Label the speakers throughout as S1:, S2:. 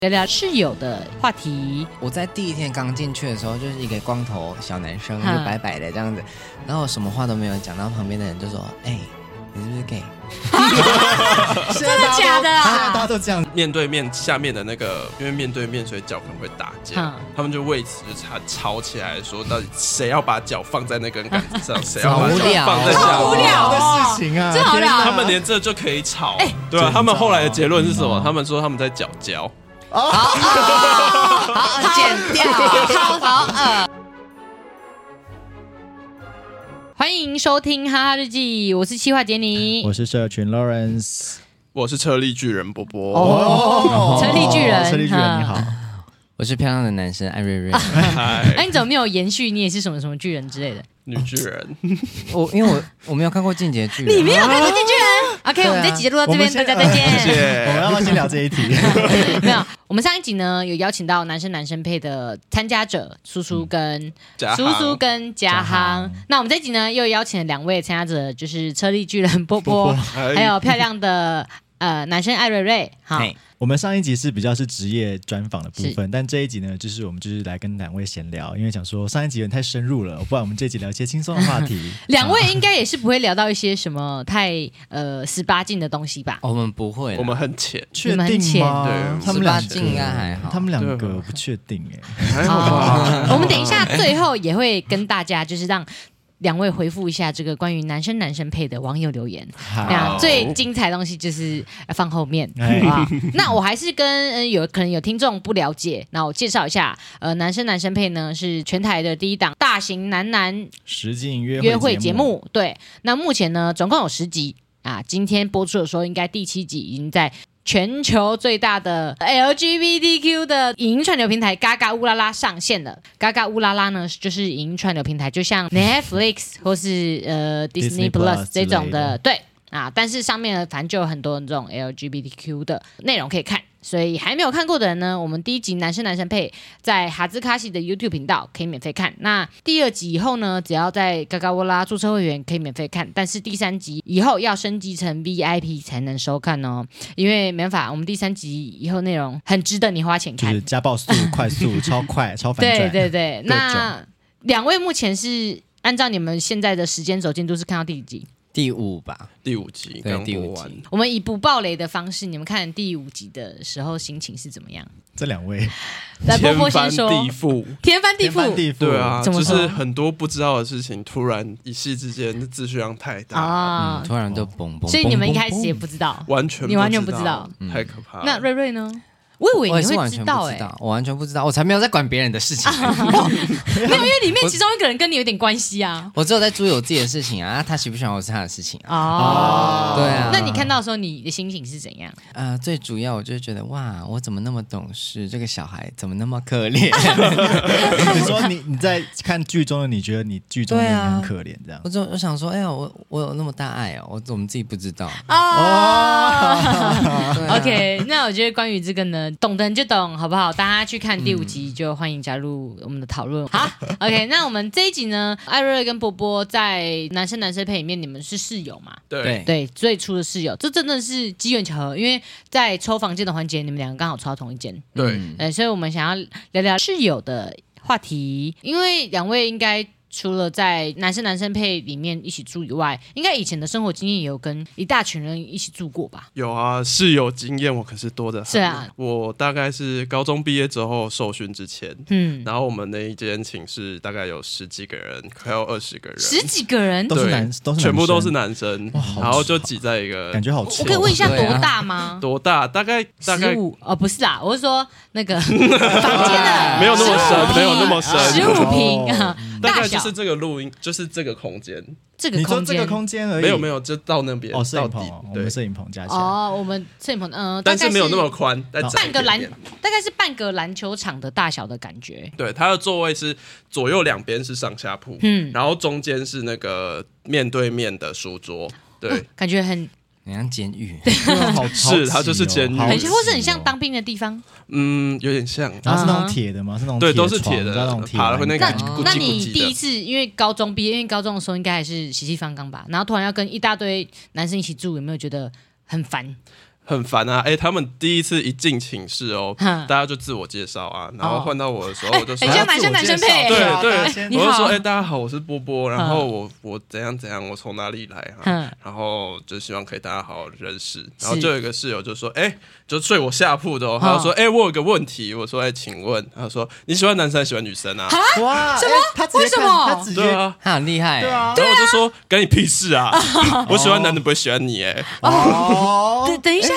S1: 聊聊室友的话题。
S2: 我在第一天刚进去的时候，就是一个光头小男生，就
S1: 嗯
S2: 白白的这样子，然后我什么话都没有讲，然后旁边的人就说：“哎、你是不是 gay？” 真
S1: 真的假的啊
S2: 大家都这样，
S3: 面对面下面的那个，因为面对面，所以脚可能会打架，
S1: 嗯
S3: 他们就为此就吵吵起来，说到底谁要把脚放在那根杆子 上，谁要
S2: 好
S3: 把
S2: 无
S3: 脚
S2: 聊，
S3: 放在下
S1: 好无
S3: 面。
S1: 聊哎哦
S2: 的事情啊！
S1: 这好
S2: 天哪
S1: 聊
S3: 他们连这就可以吵，
S2: 真
S3: 对啊
S2: 的，
S3: 他们后来的结论是什么
S2: 嗯？
S3: 他们说他们在脚交，
S1: 好，剪掉，好好呃。欢迎收听《哈哈日记》，我是企划杰尼
S4: 我。是社群 Lawrence，
S3: 我是车力巨人波波。
S4: 哦
S1: 车力巨人
S4: 车力巨人
S1: 哈
S4: 你好，
S2: 我是漂亮的男生艾瑞 瑞，
S1: 哎、
S3: 嗨，
S1: 你怎么没有延续你也是什么什么巨人之类的？
S3: 女巨 人，
S2: 我因为我我没有看过《进阶剧》，啊
S1: 你没有看过巨人？OK，、
S2: 对啊
S1: 我们这集就录到这
S4: 我们
S1: 边，大
S4: 先
S1: 家再见。
S3: 谢
S4: 我们要
S3: 谢。
S4: 不要先聊这一题？
S1: 没有，我们上一集呢有邀请到男生男生配的参加者叔叔跟、
S3: 嘉
S1: 叔
S3: 航
S1: 叔跟嘉
S4: 嘉
S1: 航。那我们这集呢又邀请了两位参加者，就是车力巨人波波，
S3: 哎
S1: 还有漂亮的呃男生艾瑞瑞。好，。
S2: 嘿
S4: 我们上一集是比较是职业专访的部分，但这一集呢，就是我们就是来跟两位闲聊，因为想说上一集有点太深入了，不然我们这一集聊一些轻松的话题
S1: 两位应该也是不会聊到一些什么太呃十八禁的东西 吧？
S2: 我们不会啦，
S3: 我们很浅，
S4: 确
S1: 你们很
S4: 定
S1: 浅
S4: 吗？
S3: 对
S4: 他们两
S2: 十八禁应该还好
S4: 个，他们两
S3: 对
S4: 个我不确定哎。
S3: 还好吧？
S1: 哦，我们等一下最后也会跟大家就是让。两位回复一下这个关于男生男生配的网友留言，那最精彩的东西就是呃放后面，
S4: 哎
S1: 好不好？ 那我还是跟、呃有可能有听众不了解，那我介绍一下，呃，男生男生配呢是全台的第一档大型男男
S4: 实境约
S1: 约
S4: 会
S1: 会节，目，对，那目前呢总共有十集啊，今天播出的时候应该第七集已经在。全球最大的 LGBTQ 的影音串流平台嘎嘎乌拉拉上线了。嘎嘎乌拉拉呢，就是影音串流平台，就像 Netflix 或是呃 Disney
S4: Disney
S1: Plus
S4: Plus
S1: 这种
S4: 之类
S1: 的，
S4: 的
S1: 对啊。但是上面反正就有很多这种 LGBTQ 的内容可以看，所以还没有看过的人呢，我们第一集男生男生配在哈兹卡西的 YouTube 频道可以免费看。那第二集以后呢，只要在嘎嘎窝拉注册会员可以免费看，但是第三集以后要升级成 VIP 才能收看哦，因为没办法，我们第三集以后内容很值得你花钱
S4: 就
S1: 看。
S4: 是加爆速、 快速、超快、超反
S1: 对
S4: 转。
S1: 对对，
S4: 各种
S1: 那两位目前是按照你们现在的时间轴进度是看到第几集？
S2: 第五吧，
S3: 第五集
S2: 对
S3: 刚
S2: 第
S3: 播
S2: 五
S3: 完，
S2: 集，
S1: 我们以不暴雷的方式，你们看第五集的时候心情是怎么样？
S4: 这两位
S1: 来，哎波
S3: 天
S1: 波
S3: 翻
S1: 先说。
S3: 地覆。
S1: 天翻地
S4: 天翻
S1: 覆，
S4: 地覆，
S3: 对啊，
S1: 怎么
S3: 就
S1: 说
S3: 是很多不知道的事情，突然一夕之间资讯量太大，
S1: 啊
S2: 嗯，突然
S3: 哦
S2: 就嘣嘣，
S1: 所以你们
S2: 嘣
S1: 一开始也
S2: 嘣
S1: 不知道。
S3: 完全
S1: 你完全不知道
S4: 嗯
S3: 太可怕了。
S1: 那瑞瑞呢？我以为
S2: 啊我也
S1: 你
S2: 是
S1: 会
S2: 完
S1: 知
S2: 全
S1: 道
S2: 不
S1: 哎、
S2: 知道，我 完全不知道，我才没有在管别人 的事情，
S1: 没有，因为里面其中一个人跟你有点关系啊。
S2: 我只有在注意我自己的事情啊，他喜不喜欢我是他的事情啊。
S1: 哦，
S2: 对啊
S1: 那你看到的时候，你的心情是怎样？
S2: 呃，最主要我就觉得哇，我怎么那么懂事？这个小孩怎么那么可怜？
S4: 你说你你在看剧中的，你觉得你剧中的你很可怜这样
S2: 我？就我想说，哎呀，我我有那么大爱哦，我怎么自己不知道？
S1: 哦。
S2: 对啊
S1: OK，那我 觉得关于这个呢，懂的人就懂，好不好？大家去看第五
S2: 嗯
S1: 集，就欢迎加入我们的讨论。好，OK，那我 们这一集呢，艾瑞瑞跟波波在男生男生配里面，你们是室友嘛？
S3: 对，
S2: 对，
S1: 对，最初的室友，这真的是机缘巧合，因为在抽房间的环节，你们两个刚好抽到同一间。
S3: 对
S2: 嗯
S1: 呃，所以我们想要聊聊室友的话题，因为两位应该除了在男生男生配里面一起住以外，应该以前的生活经验也有跟一大群人一起住过吧？
S4: 嗯
S3: 有啊，室友经验我可是多的很。
S1: 是啊，
S3: 我大概是高中毕业之后受训之前，
S1: 嗯，
S3: 然后我们那一间寝室大概有十几个人，快要二十个人，
S1: 十几个人，
S4: 都是
S3: 对
S4: 男，都是
S3: 全部都是
S4: 男
S3: 男生，
S4: 哇好
S3: 然后就挤在一个
S4: 生，感觉好
S1: 我
S4: 臭。
S1: 可以问一下
S2: 对啊
S1: 多大吗？
S3: 多大？大概大概
S1: 十五哦，不是啦，我是说那 个房间的
S3: 没有那么深，没有那么
S1: 十
S3: 深，
S1: 五
S4: 哦
S1: 平啊，
S3: 大
S1: 大
S3: 概就
S1: 小
S3: 是这个录音，就是这个空间，
S1: 这个
S4: 哦你说
S1: 空
S4: 这
S1: 间
S4: 个空间而已，
S3: 没有没有，就到那边
S4: 哦，摄
S3: 到
S4: 影
S3: 底
S4: 棚，我
S3: 对
S4: 们，摄影棚加起来，
S1: 哦，我们摄影棚嗯，大
S3: 但
S1: 概
S3: 是没有那么宽，再窄
S1: 半
S3: 一
S1: 个
S3: 点
S1: 篮
S3: 点。，
S1: 大概是半个篮球场的大小的感觉，
S3: 对，它的座位是左右两边是上下铺，
S1: 嗯。
S3: 然后中间是那个面对面的书
S1: 哦
S3: 桌，对，
S1: 感觉很
S2: 很像监狱，
S4: 好 哦
S3: 是它就是监狱
S1: 很
S3: 很
S1: 像，
S3: 像
S1: 或是很像当兵的地方。
S3: 嗯，有点像。
S1: 哦
S4: 然后是那种铁的吗？是那种
S3: 对，
S4: 床
S3: 都是铁
S4: 你知道那
S3: 的
S4: 种，铁
S3: 爬了会那个
S1: 那
S2: 感觉
S3: 咕
S1: 那
S3: 叽咕
S1: 你
S3: 叽
S1: 第一
S3: 的。
S1: 次因为高中毕业，因为高中的时候应该还是血气方刚吧，然后突然要跟一大堆男生一起住，有没有觉得很烦？
S3: 很烦啊！哎、他们第一次一进寝室哦，
S1: 哼
S3: 大家就自我介绍啊，然后
S1: 哦
S3: 换到我的时哎候，我就说
S1: 很像男生男生配，
S3: 对
S4: 大家
S3: 对
S4: 先，
S1: 你
S3: 我就
S1: 哎好
S3: 说，哎、大家好，我是波波，然后我我怎样怎样，我从哪里来啊
S1: 嗯？
S3: 然后就希望可以大家好好认识。
S1: 是嗯
S3: 然后就有一个室友就说，哎、就睡我下铺的哦，他就说，哎、我有个问题，我说，哎、请问，他说你喜欢男生还是喜欢女生啊？
S4: 哇，
S1: 什么
S4: 哎他直接
S1: 为什
S4: 看
S1: 么
S4: 他直
S3: 对
S4: 接
S3: 啊。
S2: 他很厉害、
S4: 对，啊，
S3: 然后我就说，关你屁事 啊！我喜欢男的不会喜欢你哎、
S4: 哦
S1: 等等一下，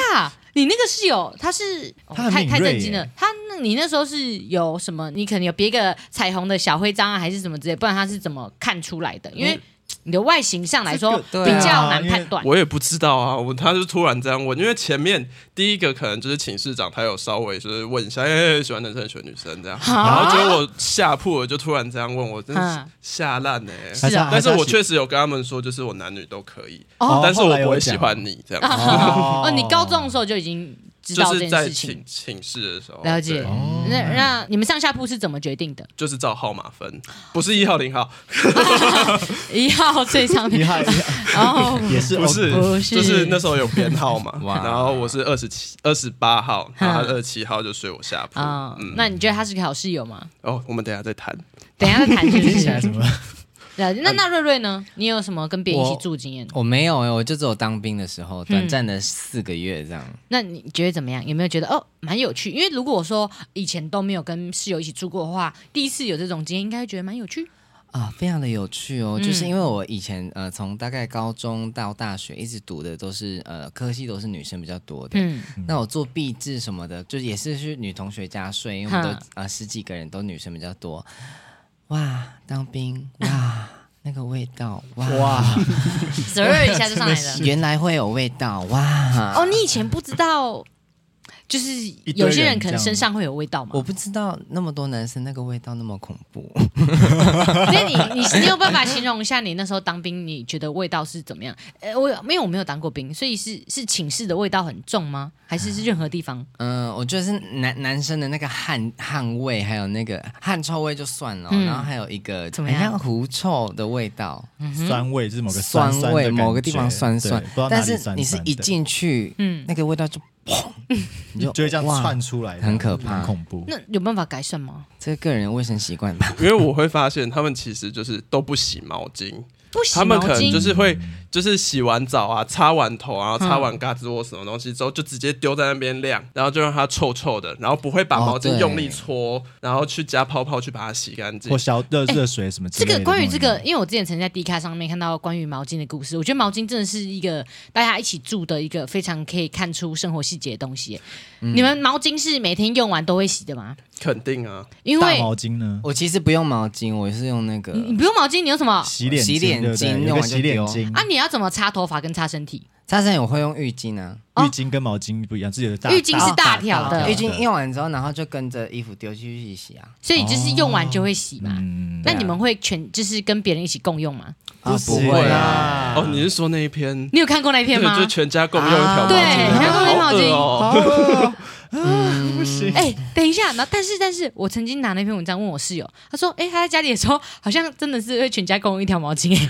S1: 你那个室友他是、哦
S4: 他很
S1: 太
S4: 敏
S1: 太
S4: 锐
S1: 震惊
S4: 耶
S1: 了。他那你那时候是有什么？你可能有别个彩虹的小徽章啊，还是什么之类？不然他是怎么看出来的？因为你的外形上来说、
S2: 这个
S1: 比
S2: 对啊
S1: 较难
S4: 因为
S1: 判断。
S3: 我也不知道啊，我他就突然这样问，因为前面第一个可能就是寝室长，他有稍微就是问一下，哎、喜欢男生还是喜欢女生这样，然后结果我下铺的就突然这样问我，真的
S1: 嗯
S3: 吓烂呢。
S1: 是啊
S3: 但是我确实有跟他们说，就是我男女都可以，
S4: 哦
S3: 但是我不
S4: 后来
S3: 会
S4: 有
S3: 喜
S4: 讲
S3: 欢你这 样，
S1: 哦
S4: 哦
S1: 你高中的时候就已经知
S3: 就
S1: 道这
S3: 是
S1: 件
S3: 在
S1: 事情
S3: 寝。寝室的时候
S1: 了解
S3: 对
S4: 哦，
S1: 那那你们上下铺是怎么决定的？
S3: 就是照号码分，不是一号零号，
S1: 一号最上
S4: 厉
S1: 面，
S4: 害，厉 害
S1: 哦，
S4: 也是
S3: 不是，
S1: 不是
S3: 就是那时候有编 号嘛，
S2: 哇
S3: 然后我是二十七、二十八号，然后他
S1: 嗯
S3: 二十七号就睡我下铺，
S1: 啊、
S3: 嗯，
S1: 那你觉得他是个好室友吗？
S3: 哦，我们等一下再谈。
S1: 等一下再谈，是不
S4: 听起来
S1: 是
S4: 怎？么？
S1: 了解那那瑞瑞呢？你有什么跟别人一起
S2: 我
S1: 住的经验？
S2: 我没有哎、我就只有当兵的时候，短暂的四个月这样。
S1: 那你觉得怎么样？有没有觉得哦，蛮有趣？因为如果我说以前都没有跟室友一起住过的话，第一次有这种经验，应该会觉得蛮有趣。
S2: 啊，非常的有趣哦！就是
S1: 嗯
S2: 因为我以前呃，从大概高中到大学一直读的都是呃科系都是女生比较多的。
S1: 嗯，
S2: 那我做毕制什么的，就也是去女同学家睡，因为我们
S1: 哈
S2: 都呃十几个人都女生比较多。哇，当兵哇，那个味道哇，
S4: 哇，
S1: 滋儿一下就上来了。
S2: 原来会有味道哇！
S1: 哦，你以前不知道，就是
S4: 一堆
S1: 有些人
S4: 人
S1: 可能
S4: 这样
S1: 身上会有味道嘛
S2: 我。不知道那么多男生那个味道那么恐怖，
S1: 所以你你你有办法形容一下你那时候当兵，你觉得味道是怎么样？呃，我有，因为我没有当过兵，所以是是寝室的味道很重吗？还是是任何地方？
S2: 嗯、我觉得是男男生的那个汗汗味，还有那个汗臭味就算了哦、
S1: 嗯
S2: 然后还有一个
S1: 怎么
S2: 很
S1: 样
S2: 像狐臭的味道，
S4: 酸味就是某个
S2: 酸
S4: 酸
S2: 味
S4: 的感
S2: 某个地
S4: 觉
S2: 方酸酸
S4: 对不知道哪
S2: 但
S4: 里
S2: 是
S4: 酸
S2: 你是
S4: 酸
S2: 一
S4: 的
S2: 进去，
S1: 嗯，
S2: 那个味道就砰，你
S4: 就会这样
S2: 哇
S4: 窜出来的，
S2: 很可怕
S4: 很恐怖。
S1: 那有办法改善吗？
S2: 这个个人的卫生习惯吧。
S3: 因为我会发现他们其实就是都不洗毛巾，
S1: 不洗
S3: 他们
S1: 毛
S3: 可能
S1: 巾，嗯
S3: 就是会就是洗完澡啊，擦完头啊，然后擦完嘎吱窝什么东西之后，就直接丢在那边晾，然后就让它臭臭的，然后不会把
S2: 哦
S3: 毛巾
S2: 对
S3: 用力搓，然后去加泡泡去把它洗干净
S4: 或。消热热水什么之
S1: 哎这
S4: 类的。
S1: 个关于这个，因为我之前曾在 D 卡上面看到关于毛巾的故事，我觉得毛巾真的是一个大家一起住的一个非常可以看出生活细节的东西耶。你们毛巾是每天用完都会洗的吗？
S3: 肯定啊，
S1: 因
S4: 大
S1: 为
S4: 毛巾呢，
S2: 我其实不用毛巾，我是用那
S1: 你你
S2: 个
S1: 不用毛巾，你用什么
S4: 洗脸
S2: 洗脸
S4: 对不对
S2: 巾
S4: 有
S2: 用完
S4: 个
S2: 就
S4: 洗脸
S2: 丢
S4: 巾，
S1: 啊？你要怎么擦头发跟擦身体？
S2: 擦身，我会用浴巾啊，
S1: 哦
S4: 浴巾跟毛巾不一样，自己的大
S1: 浴巾是大条的
S2: 浴巾用完之后，然后就跟着衣服丢进去洗啊。
S1: 所以就是用完就会洗嘛。
S4: 嗯，
S1: 那
S2: 对啊
S1: 你们会全就是跟别人一起共用吗？
S2: 啊，
S4: 不
S2: 不
S4: 行
S2: 会啊，
S3: 哦，你是说那一篇？
S1: 你有看过那一片
S3: 对，
S1: 吗啊
S3: 就？全家共用一条毛巾，
S1: 对全
S3: 那个
S1: 家共用
S3: 好
S1: 毛巾
S3: 恶哦
S4: 不行，
S1: 哎、等一下，然后但是但是我曾经拿那篇文章问我室友，他说，哎、他在家里的时候好像真的是会全家共用一条毛巾、哎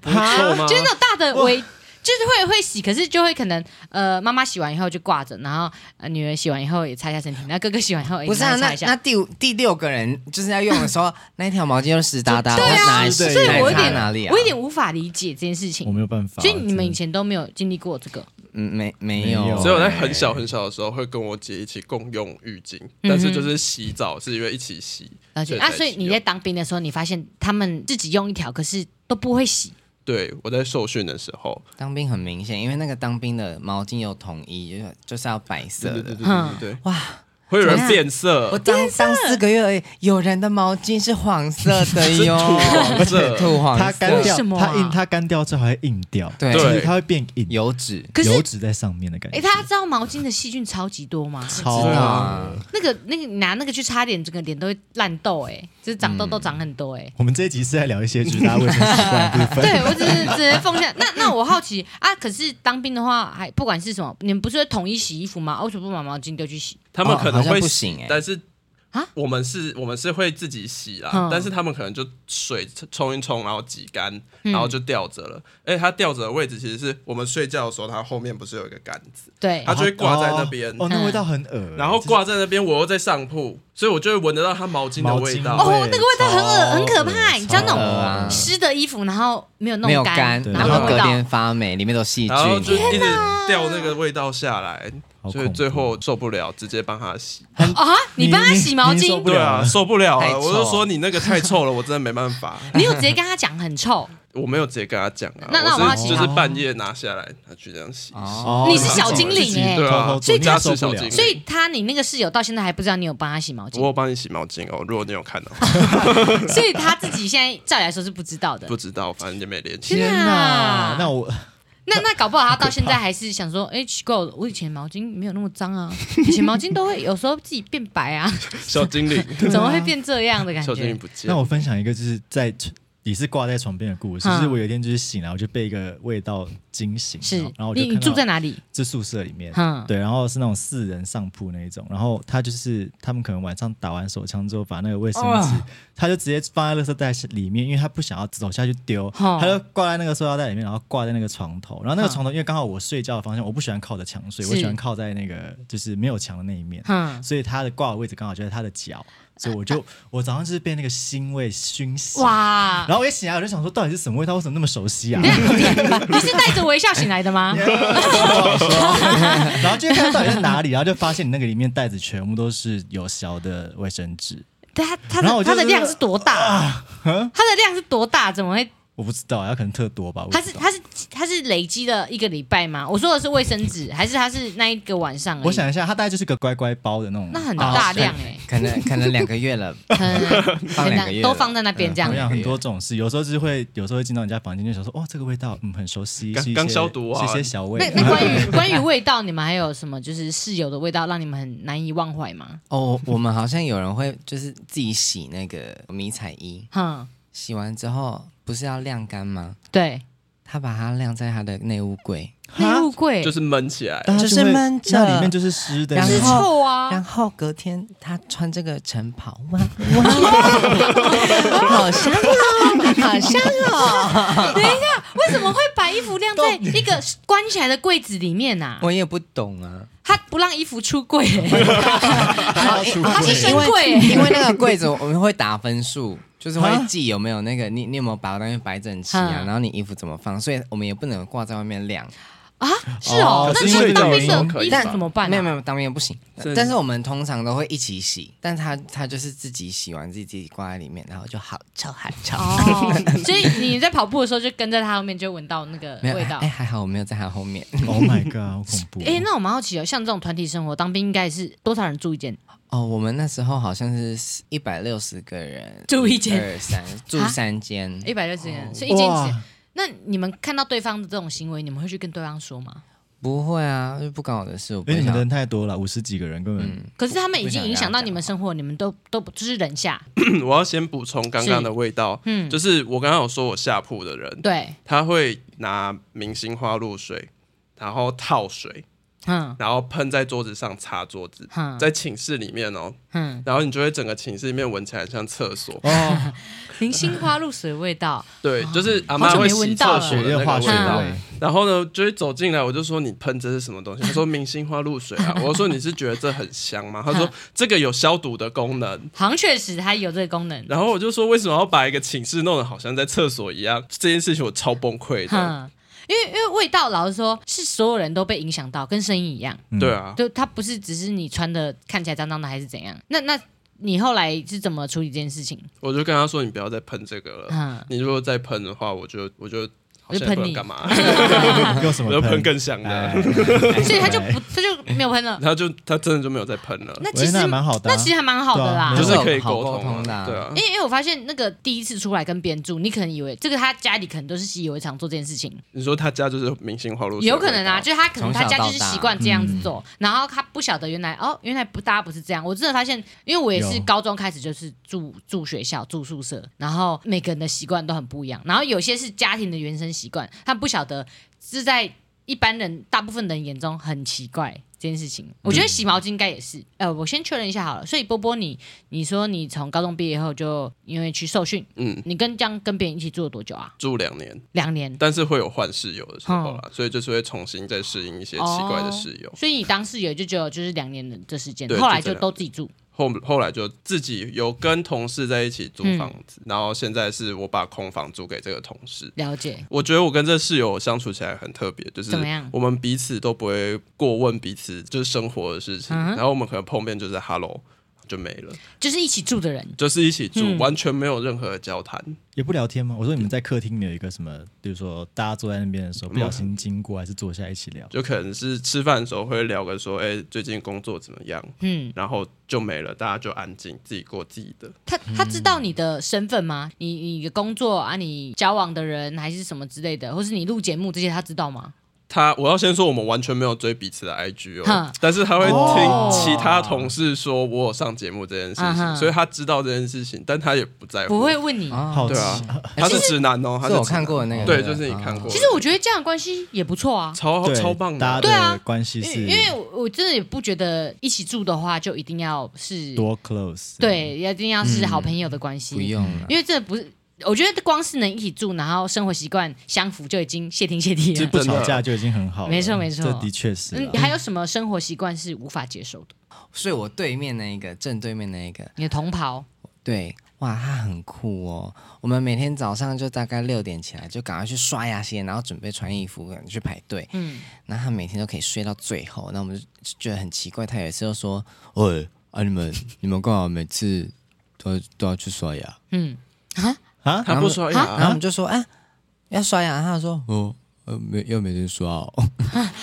S3: 不会臭吗？
S1: 就是那种大的围，就是会会洗，可是就会可能呃，妈妈洗完以后就挂着，然后、呃、女儿洗完以后也擦一下身体，那哥哥洗完以后也
S2: 不是啊，
S1: 哎拿来
S2: 那
S1: 擦一
S2: 那
S1: 下。
S2: 第五第六个人 就是要用的时候，那一条毛巾就湿哒哒，
S4: 对啊
S2: 我哪
S4: 所以
S1: 所以
S2: 哪
S1: 我有
S2: 擦
S1: 点、
S2: 哪里啊？
S1: 我有点无法理解这件事
S4: 我
S1: 情。
S4: 没有办法。
S1: 所以你们以
S4: 真的
S1: 前都没有经历过这个，
S2: 嗯，没没
S4: 没
S2: 有
S4: 有，
S1: 哦
S3: 所以我在很小很小的时候会跟我姐一起共用浴巾，但是
S1: 嗯
S3: 就是洗澡是因为一起洗。
S1: 而且
S3: 对
S1: 啊，所以你在当兵的时候，你发现他们自己用一条，可是都不会洗，
S3: 对我在受训的时候，
S2: 当兵很明显，因为那个当兵的毛巾有统一，就是就是要白色
S3: 对对对
S2: 的。
S3: 对对对，
S2: 哇，
S3: 会有
S2: 怎
S3: 人
S2: 样
S3: 变
S2: 我
S3: 色，
S2: 当当四个月而已，有人的毛巾是黄色的 哟，
S3: 黄色
S2: 土黄色，
S4: 它干
S1: 为什么
S4: 掉，
S1: 啊
S4: 它硬，它干掉之后还会硬掉，
S2: 对
S4: 就是它会变硬，
S2: 油脂。
S1: 可是
S4: 油脂在上面的感
S1: 哎、
S4: 觉。
S1: 大家知道毛巾的细菌超级多吗？
S4: 超
S2: 知道
S4: 啊
S2: 啊！
S1: 那个那个拿那个去擦脸，整个脸都会烂痘、哎，就是长痘痘长很多、哎、
S4: 我们这一集是在聊一些就是大家卫生习惯的部分，
S1: 对，我只是只能奉献。那那我好奇啊，可是当兵的话，还不管是什么，你们不是会统一洗衣服吗？啊为什么不把毛巾丢去洗？
S3: 他们可能
S2: 哦好像
S3: 会
S2: 不行哎
S3: 但是
S1: 啊
S3: 我们是我们是会自己洗啦，
S1: 嗯
S3: 但是他们可能就水冲一冲，然后挤干，
S1: 嗯
S3: 然后就吊着了。而且它吊着的位置其实是我们睡觉的时候，它后面不是有一个杆子，
S1: 对
S4: 啊
S3: 它，就会挂在那边
S4: 哦，哦那味道很恶
S3: 然后挂在那边，我又在上铺，所以我就会闻得到它毛巾的味道。
S1: 毛巾哦那个味道很恶很可怕你知道那种
S4: 哦
S2: 啊
S1: 湿的衣服，然后没有弄
S2: 没有
S1: 干，
S2: 干，
S4: 对
S1: 然
S2: 然
S1: 后
S2: 后
S1: 味
S2: 隔
S1: 道
S2: 天发霉，里面都细
S3: 然后
S2: 菌。
S3: 就一直掉那个味道下来，
S4: 好
S3: 所
S4: 恐
S3: 以
S4: 怖
S3: 最后受不了，直接帮他洗。
S1: 啊！你帮他洗毛
S4: 你你受
S1: 巾
S4: 不，
S3: 对啊，
S4: 了
S3: 受不了
S2: 太
S3: 了，
S2: 臭
S3: 我就说你那个太臭了，我真的没办法。
S1: 你有直接跟他讲很臭，
S3: 我没有直接跟他讲啊，
S1: 那那我好
S3: 是
S1: 奇
S3: 就是
S4: 哦
S3: 半夜拿下来，他去这样洗。
S2: 哦
S4: 哦
S1: 你是小精灵
S4: 自己
S1: 欸
S4: 偷偷做
S3: 对
S4: 你家受
S3: 啊所以
S4: 不
S3: 加
S4: 了
S3: 持小精灵
S1: 所以他你那个室友到现在还不知道你有帮他洗毛
S3: 我有
S1: 巾，
S3: 帮你洗毛巾哦，如果你有 看到，
S1: 所以他自己现在照理来说是不知道的
S3: 不。知道，反正也没联系。
S4: 天
S1: 天哪
S4: 哪，那我
S1: 那那搞不好他到现在还是想说，哎，奇怪，我以前毛巾没有那么脏啊，以前毛巾都会有时候自己变白 啊，
S3: 小精 灵，
S1: 怎么会变这样的感
S3: 小精灵
S1: 觉？
S3: 不见
S4: 那。我分享一个就是在也是挂在床边的故事，
S1: 嗯
S4: 就是我有一天就是醒来，我就被一个味道惊醒，
S1: 是
S4: 然后然后我就
S1: 你
S4: 看
S1: 你住
S4: 到
S1: 在哪里？
S4: 这宿舍里面，
S1: 嗯
S4: 对，然后是那种四人上铺那一种，然后他就是他们可能晚上打完手枪之后，把那个卫生纸，他就直接放在垃圾袋里面，因为他不想要走下去丢，
S1: 哦
S4: 他就挂在那个塑料袋里面，然后挂在那个床头，然后那个床头因为刚好我睡觉的方向，我不喜欢靠着墙睡，我
S1: 是
S4: 喜欢靠在那个就是没有墙的那一面，
S1: 哼，
S4: 所以他的挂的位置刚好就在他的脚，所以我就我早上就是被那个腥味熏醒，
S1: 哇！
S4: 然后我一醒来我就想说到底是什么味道，为什么那么熟悉啊？
S1: 你是带着微笑醒来的吗？
S4: 然后就看到底在哪里，然后就发现你那个里面袋子全部都是有小的卫生纸，
S1: 对他他
S4: 然
S1: 的
S4: 后我就
S1: 他的
S4: 是
S1: 量是多大啊？他的量是多大？怎么会？
S4: 我不知道，要可能特多吧。我不
S1: 他
S4: 知
S1: 是
S4: 道
S1: 他是他是累积了一个礼拜吗？我说的是卫生纸，还是他是那一个晚上而已？
S4: 我想一下，它大概就是个乖乖包的那种，
S1: 那很
S2: 啊
S1: 大量哎，
S2: 可能可能两个月了，
S1: 很
S2: 放两个月了嗯
S1: 都放在那边这
S4: 我
S1: 样。
S4: 想很多这种事，有时候就是会，有时候会进到人家房间就想说，哦，这个味道，嗯，很熟悉，
S3: 刚
S4: 是一些
S3: 刚消毒啊
S4: 是一些小味
S1: 那。那关 于关于味道，你们还有什么就是室友的味道让你们很难以忘怀吗？
S2: 哦，我们好像有人会就是自己洗那个迷彩衣，
S1: 哼，
S2: 洗完之后不是要晾干吗？
S1: 对，
S2: 他把它晾在他的内务柜，
S1: 内务柜
S3: 就是闷 起来，
S4: 但它
S2: 就是
S4: 会
S2: 闷着
S4: 那里面就是湿的，
S2: 然
S1: 是
S2: 后
S1: 臭 啊
S2: 然，后隔天他穿这个晨袍，哇哇， 好香哦，好香哦！
S1: 啊 等一下，为什么会把衣服晾在一个关起来的柜子里面呐？
S2: 我也不懂啊，
S1: 他不让衣服出 柜欸，
S2: 哎
S4: 它出
S2: 哦啊
S1: 他是
S4: 柜
S1: 深柜欸。
S2: 因为那个柜子我们会打分数，就是
S4: 啊
S2: 会记有没有那个你你有没有把东西摆整齐啊
S1: 嗯，
S2: 然后你衣服怎么放，所以我们也不能挂在外面晾。
S1: 啊，是哦，
S4: 哦
S1: 那
S4: 可是
S1: 那
S4: 因为
S1: 当
S4: 这
S1: 兵
S4: 种
S1: 的衣
S3: 但
S1: 服怎么办、啊？
S2: 没有没有，当面不行
S3: 是。
S2: 但是我们通常都会一起洗，但他他就是自己洗完自己自己挂在里面，然后就好臭好臭。
S1: 哦，所以你在跑步的时候就跟在他后面，就闻到那个
S2: 没有
S1: 味道。
S2: 哎，还好我没有在他后面。
S4: ，Oh my god，好恐怖！
S1: 哎、那我蛮好奇哦，像这种团体生活，当兵应该是多少人住一间？
S2: 哦，我们那时候好像是一百六十个人
S1: 住一间
S2: 二三住
S1: 啊
S2: 三间。
S1: 一百六十人，所以一间
S4: 哇
S1: 几。那你们看到对方的这种行为，你们会去跟对方说吗？
S2: 不会啊，就不关我的事，我不
S4: 因为
S2: 会
S4: 你
S3: 哎
S4: 们
S2: 想
S4: 人。太多了，五十几个人根本
S2: 嗯，
S1: 可是他们已经
S2: 不想
S1: 影响到
S2: 跟他
S1: 你们生活，你们都都不就是忍下，
S3: 我要先补充刚刚的味道，
S1: 嗯，
S3: 就是我刚刚有说我下铺的人，
S1: 对，
S3: 他会拿明星花露水，然后套水，
S1: 嗯
S3: 然后喷在桌子上擦桌子，
S4: 嗯
S1: 哼
S3: 在寝室里面哦，
S1: 哼，
S3: 然后你就会整个寝室里面闻起来像厕所，
S4: 哦，
S1: 明星花露水味道，
S3: 对，就是阿
S1: 好
S3: 妈
S1: 久没
S3: 会
S1: 闻
S3: 洗
S1: 到
S3: 厕
S1: 了
S3: 所
S4: 血
S3: 的那
S4: 液
S3: 个
S4: 化学
S3: 味道
S4: 味
S1: 嗯，
S3: 然后呢，就会走进来，我就说你喷这是什么东西？他说明星花露水啊， 我说你是觉得这很香吗？ 他说这个有消毒的功能。
S1: 好像确实它有这个功能。
S3: 然后我就说为什么要把一个寝室弄得好像在厕所一样？这件事情我超崩溃的。
S1: 哼，因为因为味道，老实说，是所有人都被影响到，跟声音一样。
S4: 嗯
S3: 对啊，
S1: 就它不是只是你穿的看起来脏脏的，还是怎样？那那你后来是怎么处理这件事情？
S3: 我就跟他说你不要再喷这个了，
S1: 嗯，
S3: 你如果再喷的话，我就我就好
S1: 我就
S3: 像
S1: 喷
S3: 也不能
S1: 你
S3: 干嘛，
S4: 用什
S3: 我
S4: 么
S3: 就
S4: 喷
S3: 喷更香的
S4: 哎。
S1: 所以他就不，他就没有喷了。
S3: 他就他真的就没有再喷了，
S1: 那
S4: 喂
S1: 其实
S4: 那蛮好的啊
S1: 那其实还蛮好的啦
S4: 对啊没。
S3: 就是
S4: 有
S3: 可以
S2: 好
S3: 沟
S2: 沟
S3: 通
S2: 通的啊
S3: 对啊
S1: 因。为因为我发现那个第一次出来跟别人住，你可能以为这个他家里可能都是习以为常做这件事情，
S3: 你说他家就是明星花露水，
S1: 有可能啊，就是他可能他家就
S2: 从
S1: 是
S2: 小到大
S1: 习惯这样子做，然后他不晓得原来哦，原来不大家不是这样。我真的发现，因为我也是
S4: 有
S1: 高中开始就是住住学校住宿舍，然后每个人的习惯都很不一样，然后有些是家庭的原生习惯，他不晓得是在。一般人大部分人眼中很奇怪这件事情。我觉得洗毛巾应该也是。呃，我先确认一下好了。所以波波你，你说你从高中毕业后就因为去受训，
S3: 嗯，
S1: 你跟这样跟别人一起住了多久啊？
S3: 住两年，
S1: 两年。
S3: 但是会有换室友的时候
S1: 嗯
S3: 啦，所以就是会重新再适应一些奇怪的室友。
S1: 所以你当室友就只有就是两年的这时间，
S3: 对
S1: 后来
S3: 就这
S1: 就
S3: 两
S1: 都自己住。
S3: 后后来就自己有跟同事在一起租房子，
S1: 嗯
S3: 然后现在是我把空房租给这个同事。
S1: 了解，
S3: 我觉得我跟这室友相处起来很特别，就是
S1: 怎么样
S3: 我们彼此都不会过问彼此就是生活的事情，
S1: 嗯哼
S3: 然后我们可能碰面就是 hello 就没了，
S1: 就是一起住的人。
S3: 就是一起住，
S1: 嗯
S3: 完全没有任何的交谈。
S4: 也不聊天吗？我说你们在客厅里有一个什么，比如说大家坐在那边的时候，不小心经过，还是坐下一起聊？
S3: 就可能是吃饭的时候会聊个说，哎、最近工作怎么样，
S1: 嗯，
S3: 然后就没了，大家就安静自己过自己的。
S1: 他他知道你的身份吗？你你的工作啊，你交往的人还是什么之类的，或是你录节目这些，他知道吗？
S3: 他，我要先说，我们完全没有追彼此的 IG
S1: 哼
S3: 哦，但是他会
S1: 哦
S3: 听其他同事说我有上节目这件事
S1: 啊哈
S3: 情，所以他知道这件事情，但他也不在乎。
S1: 不会，问你。
S2: 啊
S4: 好
S3: 对
S4: 奇
S3: 哎啊，他是直男哦，他
S2: 是
S3: 是
S2: 我
S3: 直男
S2: 看过的那个，啊哦
S3: 对，就是你看过的。
S1: 其实我觉得这样的关系也不错啊，
S3: 超
S4: 对
S3: 哦超棒
S4: 大
S3: 的，
S1: 对啊
S4: 家的关系
S1: 因为
S4: 是
S1: 因为我我真的也不觉得一起住的话就一定要是，
S4: 多 close，，
S1: 对，一定要是好朋友的关系。
S2: 不用了，
S1: 因为这不是，我觉得光是能一起住，然后生活习惯相符就已经谢天谢地
S4: 就
S1: 了。
S4: 不吵架就已经很好了。
S1: 没错没错
S4: 这的确是啊。
S1: 嗯，还有什么生活习惯是无法接受的？
S2: 所以我对面那一个，正对面那一个，
S1: 你的同袍
S2: 对，哇，他很酷哦。我们每天早上就大概六点起来，就赶快去刷牙洗脸，然后准备穿衣服，去排队。嗯，那他每天都可以睡到最后，那我们就觉得很奇怪。他有一次就说：“喂，啊你们你们干嘛每次都都要去刷牙
S1: 嗯
S4: 啊，
S3: 他不刷？”
S2: 然后我
S3: 牙，
S2: 们就说：“啊，要刷牙。”他说：“哦，呃，没要每天刷哦。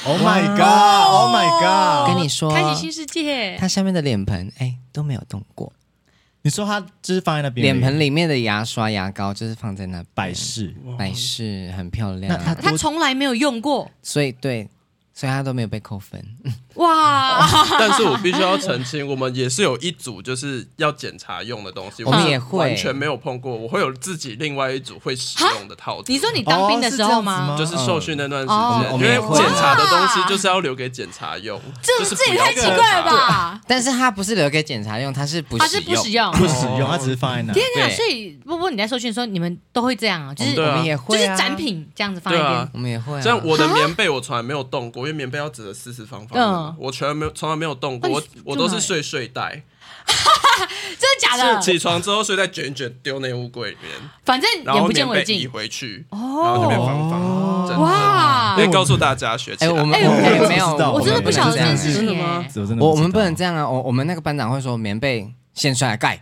S4: Oh my god！Oh my god！
S2: 跟你说，
S1: 开启新世界，
S2: 他下面的脸盆哎都没有动过，
S4: 你说他就是放在那边
S2: 脸盆里面的牙刷牙膏就是放在那
S4: 摆
S2: 边
S4: 饰，
S2: 摆饰很漂亮。
S4: 那他
S1: 他
S4: 多
S1: 从来没有用过。
S2: 所以对，所以他都没有被扣分。
S1: 哇，
S3: 但是我必须要澄清，我们也是有一组就是要检查用的
S1: 哦
S3: 东西，
S2: 我们
S3: 是
S2: 也会
S3: 完全没有碰过，我会有自己另外一组会使用的套子。
S1: 你说你当兵的时候吗？
S4: 哦
S3: 就是受训那段时
S1: 哦啊
S3: 间，
S2: 嗯我
S3: 因
S2: 们
S3: 为
S2: 也会
S3: 检查的东西就是要留给检查用，
S1: 这
S3: 就是
S1: 这
S3: 不
S1: 也
S3: 要
S1: 太奇怪了
S3: 检查？
S1: 吧？
S2: 但是他不是留给检查用，他是不
S1: 他是不使
S2: 用。
S1: 用。
S4: 不使用，他只是放在那。
S1: 天哪！
S2: 对
S1: 所以波波你在受训的时候，你们都会这样啊，就是
S3: 嗯对
S2: 我
S3: 啊
S2: 们也
S1: 就
S2: 会
S1: 是
S2: 啊，
S1: 展，品这样子放在
S3: 对
S1: 一
S3: 啊
S1: 边。，
S2: 我们也会啊。
S3: 像我的棉被我从来没有动过，因为棉被要折得四四方方的嘛
S1: 嗯，
S3: 我全没有从来没有动过，
S1: 那
S3: 我
S1: 你啊住
S3: 我都
S1: 哪
S3: 是
S1: 里
S3: 睡睡袋，
S1: 真的假的？
S3: 起床之后睡袋卷一卷丢那物柜里面，
S1: 反正
S3: 然
S1: 眼
S3: 后
S1: 不见
S3: 棉
S1: 为
S3: 被移
S1: 净。哦
S3: 回去，然后就变方方正。
S1: 哇
S3: 可！以告诉大家学起
S2: 哎，我
S3: 来。
S2: 们
S1: 哎我
S2: 们
S4: 我
S2: 没有
S4: 不知，道
S1: 我真的不晓得这
S2: 我
S1: 件
S2: 们
S1: 事
S2: 不能
S1: 情
S2: 这样
S1: 耶。
S4: 我真的不知道
S2: 我我们不能这样啊！我我们那个班长会说，棉被掀出来盖，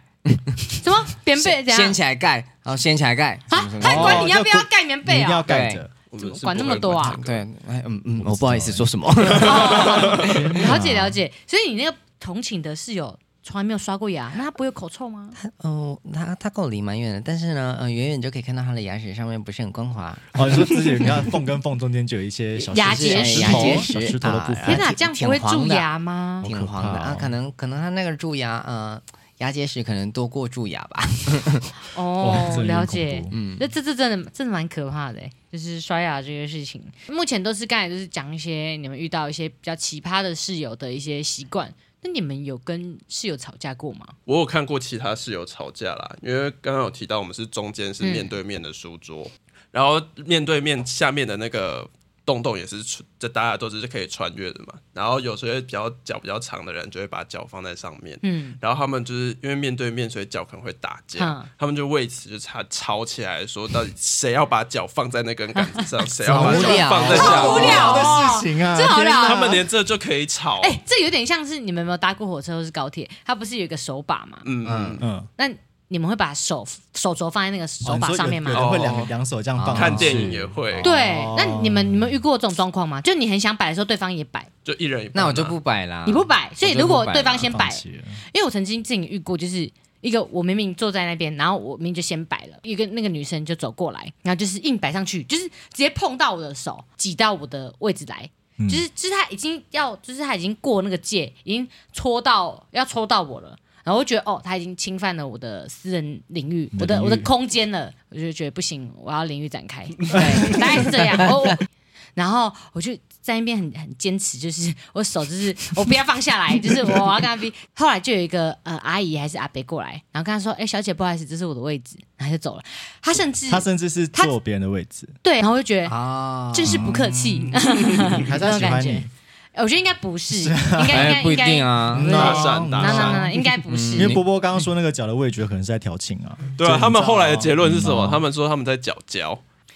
S1: 什么棉被怎
S2: 掀
S1: 样
S2: 起来盖，然后掀起来盖，什
S1: 啊
S2: 么什？么
S1: 他还
S2: 什么。
S1: 管你要不要盖棉
S4: 你
S1: 被
S4: 一定要
S1: 啊？
S4: 盖着。
S3: 我们是
S1: 管
S3: 不
S1: 那么
S3: 会
S1: 多啊
S3: 管这
S2: 对
S3: 个，，
S2: 哎，嗯嗯，
S4: 我不知道
S2: 我不好意思
S4: 哎
S2: 说什 么。
S1: 了解了解。所以你那个同寝的室友从来没有刷过牙，那他不会有口臭吗？
S2: 哦，他他跟我离蛮远的，但是呢，呃，远远就可以看到他的牙齿上面不是很光滑，
S4: 哦，你说自己你看缝跟缝中间就有一些小
S1: 牙
S4: 石
S2: 就
S1: 结
S2: 是哎
S1: 石
S2: 牙结
S4: 小
S2: 石，
S4: 石头的部分
S2: 啊
S1: 天哪，
S2: 挺
S1: 这样不会
S2: 挺
S1: 蛀
S2: 黄的
S1: 牙吗？
S4: 好
S2: 挺
S4: 可
S2: 黄
S4: 怕
S2: 的啊
S4: 哦，
S2: 可能可能他那个蛀牙，呃，牙结石可能多过蛀牙吧。
S4: 哇
S1: 哦
S4: 这，有点
S1: 了解
S4: 恐。怖
S3: 嗯
S1: 那这这真的真的蛮可怕的欸，就是刷牙这个事情。目前都是刚才就是讲一些你们遇到一些比较奇葩的室友的一些习惯。那你们有跟室友吵架过吗？
S3: 我有看过其他室友吵架啦，因为刚刚有提到我们是中间
S1: 嗯
S3: 是面对面的书桌，然后面对面下面的那个洞洞也是穿这大家都是可以穿越的嘛，然后有些比较脚比较长的人就会把脚放在上面，
S1: 嗯，
S3: 然后他们就是因为面对面，所以脚可能会打架
S1: 嗯，
S3: 他们就为此就吵吵起来，说到底谁要把脚放在那根杆 子上，谁要把脚放在下
S1: 好无
S3: 面。
S1: 聊哦
S4: 的事情啊，
S1: 这好聊
S3: 他们连这就可以吵，
S1: 哎、这有点像是你们有没有搭过火车或是高铁？它不是有一个手把嘛？
S3: 嗯嗯，
S4: 嗯，
S1: 那你们会把手手肘放在那个手把上面吗？
S4: 哦你说有有人会
S3: 哦
S4: 两两手这样放上去，
S3: 看电影也会，
S1: 对
S4: 哦，
S1: 那你们你们遇过这种状况吗？就你很想摆的时候，对方也摆，
S3: 就一人一半嘛啊
S2: 那我就不摆啦，
S1: 你不摆，所以如果对方
S2: 啊我就
S1: 先
S4: 放
S1: 摆，
S4: 弃了
S1: 因为我曾经自己遇过，就是一个我明明坐在那边，然后我明明就先摆了，一个那个女生就走过来，然后就是硬摆上去，就是直接碰到我的手，挤到我的位置来，
S4: 嗯
S1: 就是就是她已经要，就是她已经过那个界，已经戳到要戳到我了。然后我就觉得哦，她已经侵犯了我的私人领域，
S4: 你
S1: 我
S4: 的
S1: 的
S4: 领域
S1: 我的空间了， 我就觉得不行，我要领域展开，对，大概是这样。哦，我然后我就在那边很很坚持，就是我手就是我不要放下来，就是我要跟他比。后来就有一个呃阿姨还是阿伯过来，然后跟他说：“哎、小姐，不好意思，这是我的位置。”然后就走了。他甚至
S4: 他甚至是
S1: 他
S4: 坐别人的位置，
S1: 对，然后我就觉得
S2: 啊，
S1: 真是不客气。
S4: 还是他
S1: 嗯那种
S4: 喜欢
S1: 感
S4: 你
S1: 觉？哎我觉得应该不是，应该应该
S2: 哎，不一
S1: 应该
S2: 定啊，
S1: 对
S3: 搭
S1: 那
S3: 讪搭
S1: 那那
S3: 讪，
S1: 那应该不是
S4: 因。为波波刚刚说那个脚的味觉可能是在调情啊。
S3: 对啊，他们后来的结论是什么？他
S4: 们
S3: 们说他们在脚交，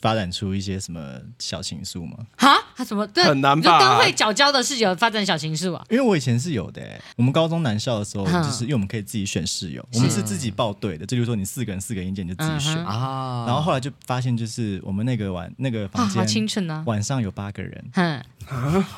S4: 发展出一些什么小情愫吗？
S1: 哈，他怎么跟
S3: 很难吧
S1: 跟会脚交的室友发展小情愫啊？
S4: 因为我以前是有的欸、我们高中南校的时候，
S1: 嗯
S4: 就是因为我们可以自己选室友，我们是自己报队的，就比如说你四个人四个人意见你就自己选。
S1: 嗯
S2: 啊，
S4: 然后后来就发现，就是我们那个晚那个
S1: 啊，
S4: 房
S1: 好清
S4: 间啊
S1: 纯啊！
S4: 晚上有八个人，
S1: 哼，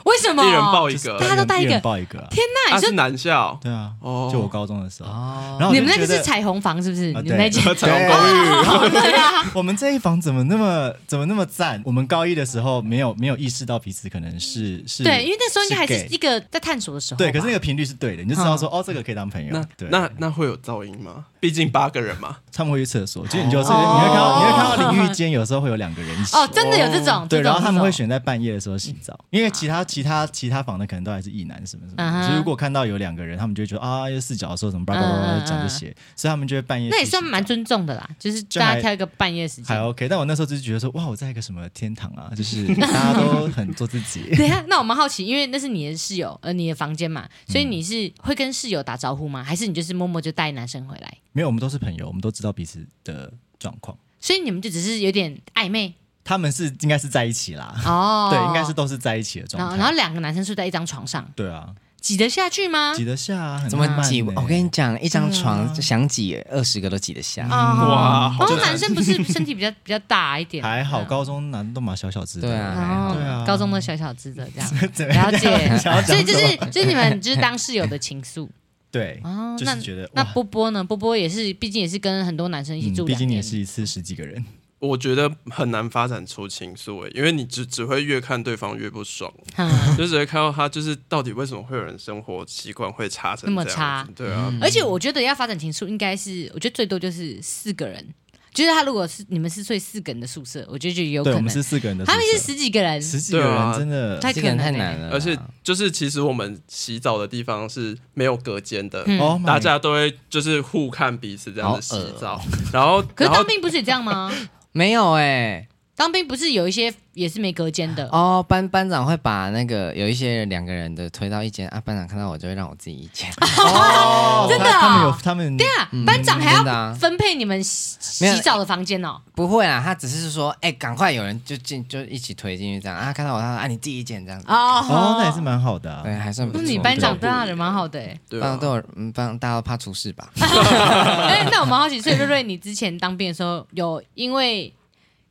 S1: 为什么？
S3: 一人抱一
S4: 就是
S3: 个
S1: 大，家都带一个
S4: 人报一个啊，
S1: 天哪！
S3: 他
S1: 你说
S3: 是男校，
S4: 对啊，
S3: 哦
S4: 就我高中的时候，
S2: 哦
S4: 然后我
S1: 你
S4: 就
S1: 们那个
S4: 觉
S1: 是
S4: 得
S1: 彩虹房是不是？
S4: 啊
S1: 你们那
S4: 对
S1: 间
S3: 彩虹公寓，
S1: 对啊，
S4: 我们这一房怎么那么怎么那么赞？我们高一的时候没有没有意识到彼此可能是是
S1: 对，因为那时候应该还是
S4: gay
S1: 一个嗯在探索的时候吧。
S4: 对，可是那个频率是对的，你就知道说、哦，这个可以当朋友
S3: 那。
S4: 对，
S3: 那那会有噪音吗？毕竟八个人嘛，
S4: 他们会去厕所，就是你就是、你会看到你会看到淋浴间有时候会有两个人一起。
S1: 哦，真的有这种
S4: 对，
S1: 这种
S4: 然后他们会
S1: 这种
S4: 选在半夜的时候洗澡，因为其他其他其他房的可能都还是异男什么什么
S1: 嗯哼
S4: 的，所以如果看到有两个人，他们就会觉得啊，又四角的时候怎么叭叭叭叭讲这些，所以他们就会半夜
S1: 嗯
S4: 去洗澡。
S1: 那也算蛮尊重的啦，就是
S4: 就
S1: 大家
S4: 还
S1: 挑一个半夜时
S4: 还
S1: 间。
S4: OK，但我那时候就是觉得说，哇，我在一个什么天堂啊，就是大家都很做自己。
S1: 对啊，那我蛮好奇，因为那是你的室友，呃，你的房间嘛，所以
S4: 嗯
S1: 你是会跟室友打招呼吗？还是你就是默默就带男生回来？
S4: 没有，我们都是朋友，我们都知道彼此的状况。
S1: 所以你们就只是有点暧昧
S4: 他们是应该是在一起啦，，
S1: 哦
S4: 对，应该是。都是在一起的
S1: 然后，
S4: 状
S1: 然后
S4: 态。
S1: 两个男生睡在一张床上，
S4: 对啊，
S1: 挤得下去吗？
S4: 挤得下啊，很
S2: 怎么
S4: 浪漫
S2: 挤？
S4: 呢
S2: 我跟你讲，一张床
S1: 嗯
S2: 就想挤二十个都挤得下。
S3: 哇，好
S1: 哦，男生不是 身体比较比较大一点，
S4: 还好，
S1: 嗯
S4: 高中男都嘛小小只的，
S2: 对啊
S1: 然后
S4: 对啊
S1: 高中的小小只的这样，
S4: 怎么样
S1: 了解，
S4: 想要
S1: 所
S4: 讲
S1: 以就
S4: 什
S1: 是
S4: 么
S1: 就是你们就是当室友的情愫
S4: 对，
S1: 哦，
S4: 就
S1: 那
S4: 是觉得
S1: 那
S4: 哇
S1: 波波呢？波波也是，毕竟也是跟很多男生一起
S4: 嗯
S1: 住两年，
S4: 毕竟你也是一次十几个人，
S3: 我觉得很难发展出情愫欸诶，因为你只只会越看对方越不爽，
S1: 嗯
S3: 就只会看到他就是到底为什么会有人生活习惯会差成
S1: 那么
S3: 这样
S1: 差
S3: 子对啊，
S1: 而且我觉得要发展情愫，应该是我觉得最多就是四个人。就是他如果是你们是睡四个人的宿舍，我觉得就有可
S4: 对我
S1: 能
S4: 们。是四个人的宿舍，
S1: 他们是十几个人，
S4: 十几个
S3: 对
S4: 人，
S3: 啊
S4: 真的
S1: 太
S2: 这
S1: 可
S2: 个人
S1: 能
S2: 太
S1: 欸
S2: 难了啦，
S3: 而且就是其实我们洗澡的地方是没有隔间的，
S1: 嗯
S4: 哦，
S3: 大家都会就是互看彼此这样子
S2: 好恶
S3: 洗
S2: 哦
S3: 澡，然后
S1: 可是
S3: 然
S1: 当
S3: 后
S1: 兵不是也这样吗？
S2: 没有哎，
S1: 当兵不是有一些也是没隔间的，
S2: 哦，班班长会把那个有一些人两个人的推到一间啊，班长看到我就会让我自己一 间，
S4: 哦，
S1: 真的
S4: 他他们有
S1: 啊
S4: 他们
S1: 对啊，班长还
S2: 嗯真的
S1: 要
S2: 啊
S1: 分配你们洗
S2: 没有
S1: 洗澡的房间哦。
S2: 不会啦，他只是说，哎，赶快有人就进就一起推进去这样啊，看到我他说啊你自己一间这样子，
S4: 哦，那也是
S1: 哦，
S4: 蛮好的啊，
S2: 对，还算不
S1: 那
S2: 错。
S1: 你班长
S3: 对
S1: 对他人蛮好的 欸
S3: 对
S2: 班
S3: 啊
S2: 长，都有嗯，班长大家都怕出事吧？
S1: 啊哎。那我蛮好奇，所以瑞瑞，你之前当兵的时候有因为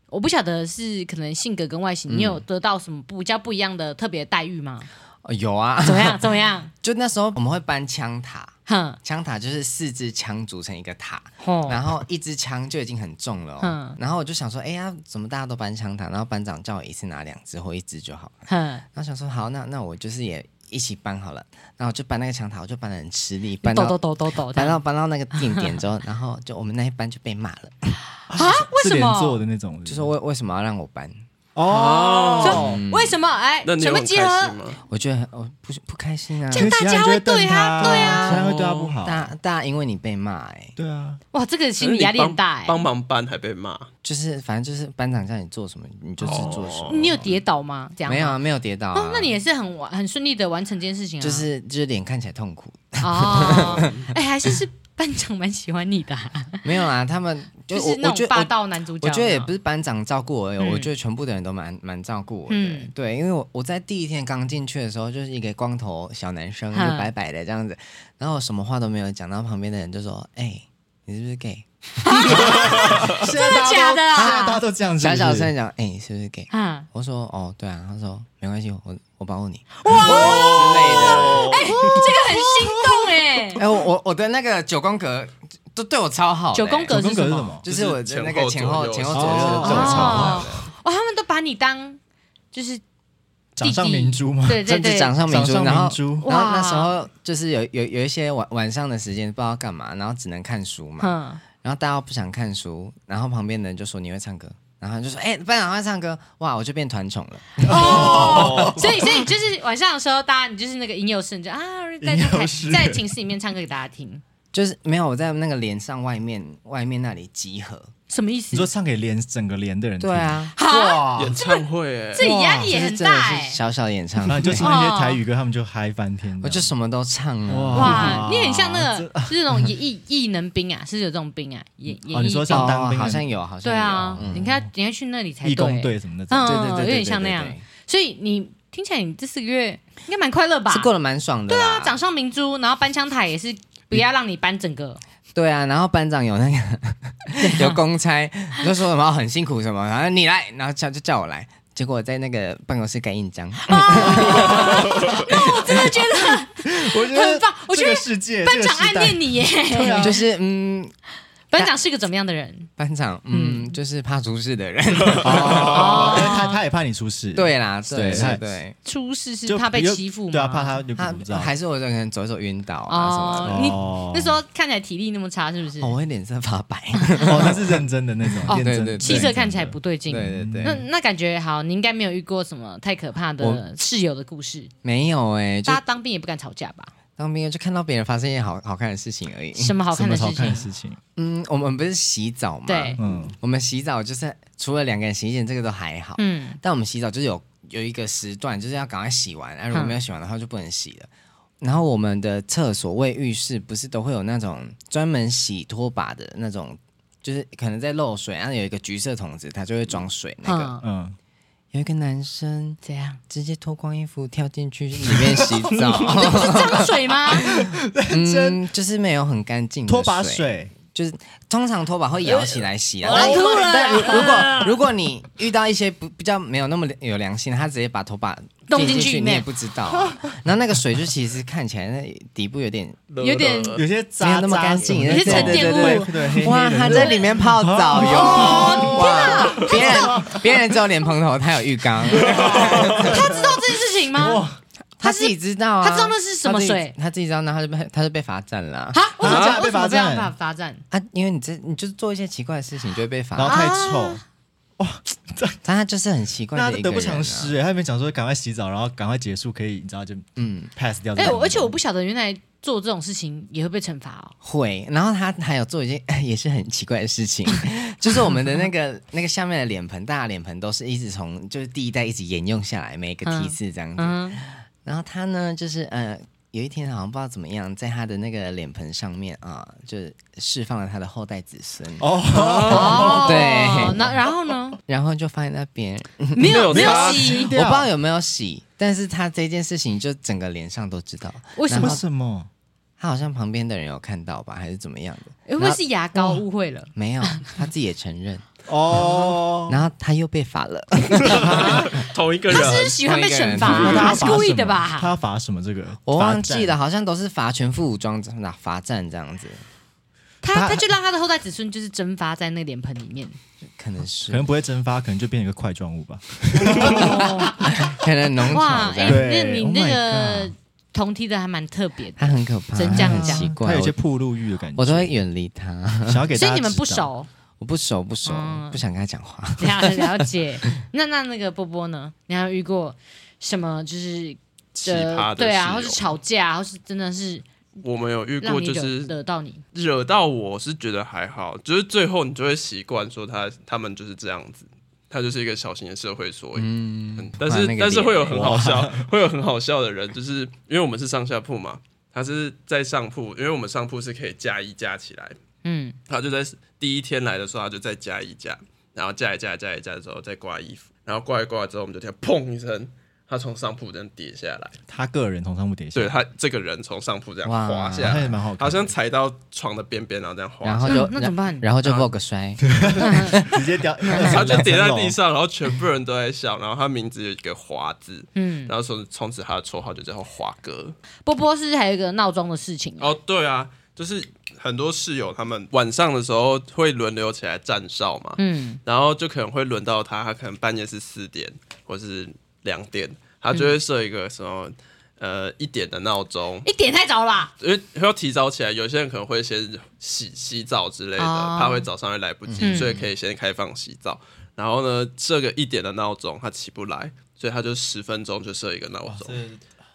S1: 我不晓得是可能性格跟外形，你有得到什么不比较不一样的特别待遇 吗？
S2: 哦有啊，
S1: 怎么样？怎么样？
S2: 就那时候我们会搬枪塔，
S1: 哼，
S2: 枪塔就是四支枪组成一个塔，
S1: 吼，
S2: 然后一支枪就已经很重了、哦
S1: 哦嗯。
S2: 然后我就想说，哎呀，怎么大家都搬枪塔？然后班长叫我一次拿两支或一支就好了。
S1: 哼，
S2: 然后想说，好，那那我就是也一起搬好了。然后我就搬那个枪塔，我就搬的很吃力，搬
S1: 抖
S2: 到
S1: 抖抖抖抖，
S2: 搬到搬到那个定点之后，然后就我们那一班就被骂了，
S1: 啊？为
S4: 是
S1: 什
S4: 连坐
S1: 么？
S4: 的那种，
S2: 就说为为什么要让我搬？
S1: 啊
S4: 哦，
S1: 说为什么？哎，
S3: 嗯那你
S1: 全
S3: 有
S1: 部
S3: 很
S1: 结
S3: 开
S1: 合
S3: 心吗？
S2: 我觉得很哦不是不开心啊，
S1: 这样大家会对啊对啊
S4: 其他人会对他不好，
S2: 大大家因为你被骂哎、
S4: 对啊，
S1: 哇，这个
S3: 其
S1: 心
S3: 实
S1: 理压力很大哎。
S3: 帮忙搬还被骂，
S2: 就是反正就是班长叫你做什么你就是做什
S1: 哦
S2: 么，
S1: 你有跌倒吗？这样吗
S2: 没有啊没有跌倒、啊
S1: 哦，那你也是很完很顺利的完成这件事情啊。
S2: 就是就是脸看起来痛苦，
S1: 哦，哎、还是是班长蛮喜欢你的啊、
S2: 没有啦，他们就
S1: 就
S2: 我
S1: 是那
S2: 我觉
S1: 种
S2: 得
S1: 霸
S2: 我
S1: 道男主角
S2: 我
S1: 有没有。
S2: 觉得也不是班长照顾我而已，
S1: 嗯
S2: 我觉得全部的人都蛮蛮照顾我的。
S1: 嗯
S2: 对，因为我我在第一天刚进去的时候，就是一个光头小男生，就
S1: 嗯
S2: 白白的这样子，然后我什么话都没有讲，然后旁边的人就说：“哎、你是不是 gay？”
S4: 真的
S1: 假的啊
S4: 现在大家都这样，是不
S2: 小小
S4: 是
S2: 声地讲：“哎、你是不是 gay？”
S1: 啊，
S2: 我说：“哦，对啊。”他说：“没关系，我我保护你。” 哇之类的。
S1: 这个很心动哎、
S2: 哎、我我我的那个九宫格都对我超好的欸。
S1: 九宫格
S4: 九
S1: 是
S4: 宫格
S1: 什
S4: 是
S1: 么
S4: 什么？
S2: 就是我的那个前
S3: 前
S2: 后
S3: 后
S2: 前后
S3: 左
S2: 左右
S4: 右
S2: 的对我超好的。
S1: 哦，他们都把你当就是弟
S4: 掌
S1: 弟
S4: 上明珠吗？
S1: 对对
S2: 甚至
S1: 对，
S2: 掌上明珠，
S4: 掌上
S2: 然后
S4: 明珠
S2: 然后
S1: 哇
S2: 那时候就是有有有一些晚晚上的时间不知道干嘛，然后只能看书嘛，
S1: 嗯，
S2: 然后大家不想看书，然后旁边的人就说你会唱歌，然后就说哎、班长会唱歌，哇，我就变团宠了，
S1: 哦， 所以所以就是晚上的时候，大家你就是那个吟游诗，你就啊在
S4: 吟
S1: 在
S4: 游诗
S1: 在寝室里面唱歌给大家听，
S2: 就是没有我在那个连上外面外面那里集合，
S1: 什么意思
S4: 你？说唱给连整个连的人听，
S2: 对，啊，
S1: 哈
S2: 哇
S3: 演唱会哎、
S1: 这
S2: 哇
S1: 压力也
S2: 就是
S1: 很
S2: 真的
S1: 大
S2: 是
S1: 欸
S2: 小小演唱
S4: 然后
S2: 会，
S4: 你就唱
S1: 哦
S4: 一些台语歌，他们就嗨翻天这样。
S2: 我就什么都唱啊，
S1: 哇
S4: 哇，
S1: 你很像那 个就是那种艺艺能兵啊，是有这种兵啊，演演
S4: 哦你
S1: 艺
S4: 说
S1: 兵
S4: 像当兵
S2: 哦
S4: 的
S2: 好像有，好像
S1: 对
S2: 有，
S1: 啊，
S2: 嗯
S1: 你看你要去那里才
S4: 义工
S1: 对欸，
S4: 队什么的，
S1: 嗯，
S2: 对对对对，
S1: 有
S2: 对
S1: 点像那样
S2: 对。
S1: 所以你听起来你这四个月应该蛮快乐吧？
S2: 是过得蛮爽的啦，对啊
S1: 掌上明珠，然后搬枪台也是不要让你搬整个，
S2: 对啊，然后班长有那个
S1: 啊
S2: 有公差，就说什么哦很辛苦什么，然后你来，然后叫就叫我来，结果在那个办公室盖印章，
S1: 我真的觉得
S4: 我觉得
S1: 很棒 我觉得
S4: 这个世界
S1: 班长暗，
S4: 这个时代
S1: 恋你耶。
S2: 就是嗯，
S1: 班长是个怎么样的人？
S2: 班长嗯，就是怕出事的人，
S4: 哦，因为他他也怕你出事，，
S2: 对啦，
S4: 对
S2: 对
S4: 他
S2: 是对，
S1: 出事是
S4: 就
S1: 他被
S4: 比较
S1: 欺负吗？
S4: 对啊，怕他就
S2: 他
S4: 不知道。
S2: 还是我可能走一走晕倒啊什么的。
S1: 哦，你
S4: 哦
S1: 那时候看起来体力那么差，是不是
S2: 哦？我会脸色发 白，
S4: 哦，他是认真的那种，
S1: 哦
S4: 认真
S2: 对对对
S1: 气色看起来不对劲。
S2: 对对
S1: 那
S2: 对，
S1: 那感觉好，你应该没有遇过什么太可怕的
S2: 我
S1: 室友的故事。
S2: 没有哎，就
S1: 大家当兵也不敢吵架吧？
S2: 当兵就看到别人发生一件好好看的事情而已。
S1: 什么好
S4: 什
S1: 看
S4: 么
S1: 的
S4: 好
S1: 事
S4: 看的
S1: 情？
S4: 事情，
S2: 嗯，我们不是洗澡嘛，
S1: 对，
S4: 嗯，
S2: 我们洗澡就是除了两个人洗一件，这个都还好，
S1: 嗯，
S2: 但我们洗澡就是有有一个时段，就是要赶快洗完，
S4: 嗯
S2: 啊，如果没有洗完的话就不能洗了。然后我们的厕所、卫浴室不是都会有那种专门洗拖把的那种，就是可能在漏水，然后有一个橘色桶子，它就会装水。那个、
S1: 嗯，
S4: 嗯，
S2: 有一个男生
S1: 怎样？
S2: 直接脱光衣服跳进去里面洗澡，
S1: 是脏水 吗？
S2: 嗯，就是没有很干净的
S4: 拖把水，
S2: 就是通常拖把会摇起来洗啊，
S1: 我要
S2: 但
S1: 吐了
S2: 但如如果 如果你遇到一些不比较没有那么有良心的，他直接把拖把
S1: 弄进
S2: 进
S1: 去里面
S2: 你也不知道 啊。然后那个水就其实看起来那底部有点，
S1: 有点
S4: 有些
S2: 没
S4: 渣
S2: 有那么
S4: 渣
S2: 干
S4: 什
S2: 净
S4: 么的，
S1: 有些沉淀物
S4: 对对对对，
S2: 哇，他在里面泡澡哟！哇，
S1: 哦
S2: 别人别人只有莲蓬头，他有浴缸，
S1: 他知道这件事情吗？
S2: 他自己知道啊，
S1: 他知道那是什么水
S2: 他自己，他自己知道，那他就被他就被罚站了啊
S1: 啊？为什么这样？
S4: 啊
S1: 为
S4: 被
S1: 什么
S4: 罚
S1: 这样
S4: 站
S1: 罚罚站？
S2: 啊！因为你这你就是做一些奇怪的事情就会被罚
S4: 然，后太臭
S1: 啊，
S2: 但他就是很奇怪
S4: 那
S2: 的
S4: 他
S2: 一
S4: 得
S2: 个
S4: 不
S2: 人啊
S4: 偿。失欸。他那边讲说赶快洗澡，然后赶快结束，可以你知道就
S2: 嗯，
S4: pass 掉这
S1: 哎，
S4: 个。
S1: 我而且我不晓得原来做这种事情也会被惩罚哦。
S2: 会，然后他还有做一件 也是很奇怪的事情， 就是我们的那个 那个下面的脸盆，大家脸盆都是一直从就是第一代一直沿用下来，每个梯次这样子。
S1: 嗯，
S2: 然后他呢，就是呃，有一天好像不知道怎么样，在他的那个脸盆上面啊、就是释放了他的后代子孙，
S4: 哦，
S1: 哦
S2: 对
S1: 那然后呢？
S2: 然后就放在那边，
S1: 没有
S3: 有
S1: 没有
S3: 擦
S1: 洗
S2: 我，不知道有没有洗，但是他这件事情就整个脸上都知道。
S1: 为什
S4: 为
S1: 么？
S4: 什么？
S2: 他好像旁边的人有看到吧，还是怎么样的？
S1: 会不会是牙膏误会了？
S2: 没有，他自己也承认，
S4: 哦，
S2: 然后他又被罚了。
S3: 同一个
S1: 他是不是
S3: 人，
S1: 喜欢被惩
S2: 同一
S1: 罚
S2: 个人，
S1: 啊他是故意的
S4: 他
S1: 吧？
S4: 要罚什么这个？
S2: 我忘记
S4: 罚
S2: 了，
S4: 站。
S2: 好像都是罚全副武装，那罚站这样子，
S1: 他他就让他的后代子孙就是蒸发在那个脸盆里面，
S2: 可能
S4: 可
S2: 是
S4: 能不会蒸发，可能就变成一个块状物吧。
S2: 可能农
S1: 哇，
S2: 场这
S1: 哎、
S2: 样，
S1: 那
S4: 对
S1: 你
S4: Oh my
S1: 那个同梯的还蛮特别的，
S2: 他很可怕，
S1: 真这
S2: 他
S1: 样
S2: 很
S1: 讲
S2: 奇怪，
S4: 它嗯有一些
S2: 我
S4: 铺路欲的感觉。
S2: 我都会远离他，
S4: 想要给大
S1: 所
S4: 家，
S1: 以你们不。熟，
S2: 我不熟不熟
S1: 嗯，
S2: 不想跟他讲话。
S1: 了了解。那那那个波波呢？你还有遇过什么就是
S3: 奇葩的哦
S1: 对啊，
S3: 室
S1: 或
S3: 友
S1: 是吵架，或是真的是
S3: 我们有遇
S1: 让
S3: 过，
S1: 你
S3: 就
S1: 惹、
S3: 是
S1: 惹到你？
S3: 惹到我是觉得还好，就是最后你就会习惯说他他们就是这样子，他就是一个小型的社会缩影。嗯，但
S2: 哇
S3: 是
S2: 那个
S3: 但是
S2: 脸
S3: 会有很好笑，会有很好笑的人，就是因为我们是上下铺嘛，他是在上铺，因为我们上铺是可以加一加起来，
S1: 嗯，
S3: 他就在第一天来的时候，他就再加一加，然后加一加加一加之后再挂衣服，然后挂一挂之后，我们就听到砰一声，他从上铺这样跌下来，
S4: 他个人从上部跌下，
S3: 对，他这个人从上铺这样
S2: 哇
S3: 滑下
S4: 好像也
S3: 来，
S4: 蛮好看的，
S3: 好像踩到床的边边，然后这样滑
S2: 然
S3: 下
S2: 后
S3: 来。
S2: 就
S1: 嗯那怎么办
S2: 然后就 vogue 摔，
S4: 嗯直接掉，
S3: 他就跌在地
S4: 两层楼。
S3: 上，然后全部人都在笑，然后他名字有一个“华”字，
S1: 嗯
S3: 然后从从此他的绰号就叫“华哥
S1: 波波是不是还有一个闹钟的事情”。啊、
S3: 哦，对啊，就是很多室友他们晚上的时候会轮流起来站哨嘛，
S1: 嗯，
S3: 然后就可能会轮到他，他可能半夜是四点或是两点，他就会设一个什么、呃一点的闹钟，
S1: 一点太早了吧？
S3: 因为要提早起来，有些人可能会先洗洗澡之类的，
S1: 哦
S3: 怕会早上会来不及，
S1: 嗯
S3: 所以可以先开放洗澡。然后呢，设个一点的闹钟，他起不来，所以他就十分钟就设一个闹钟。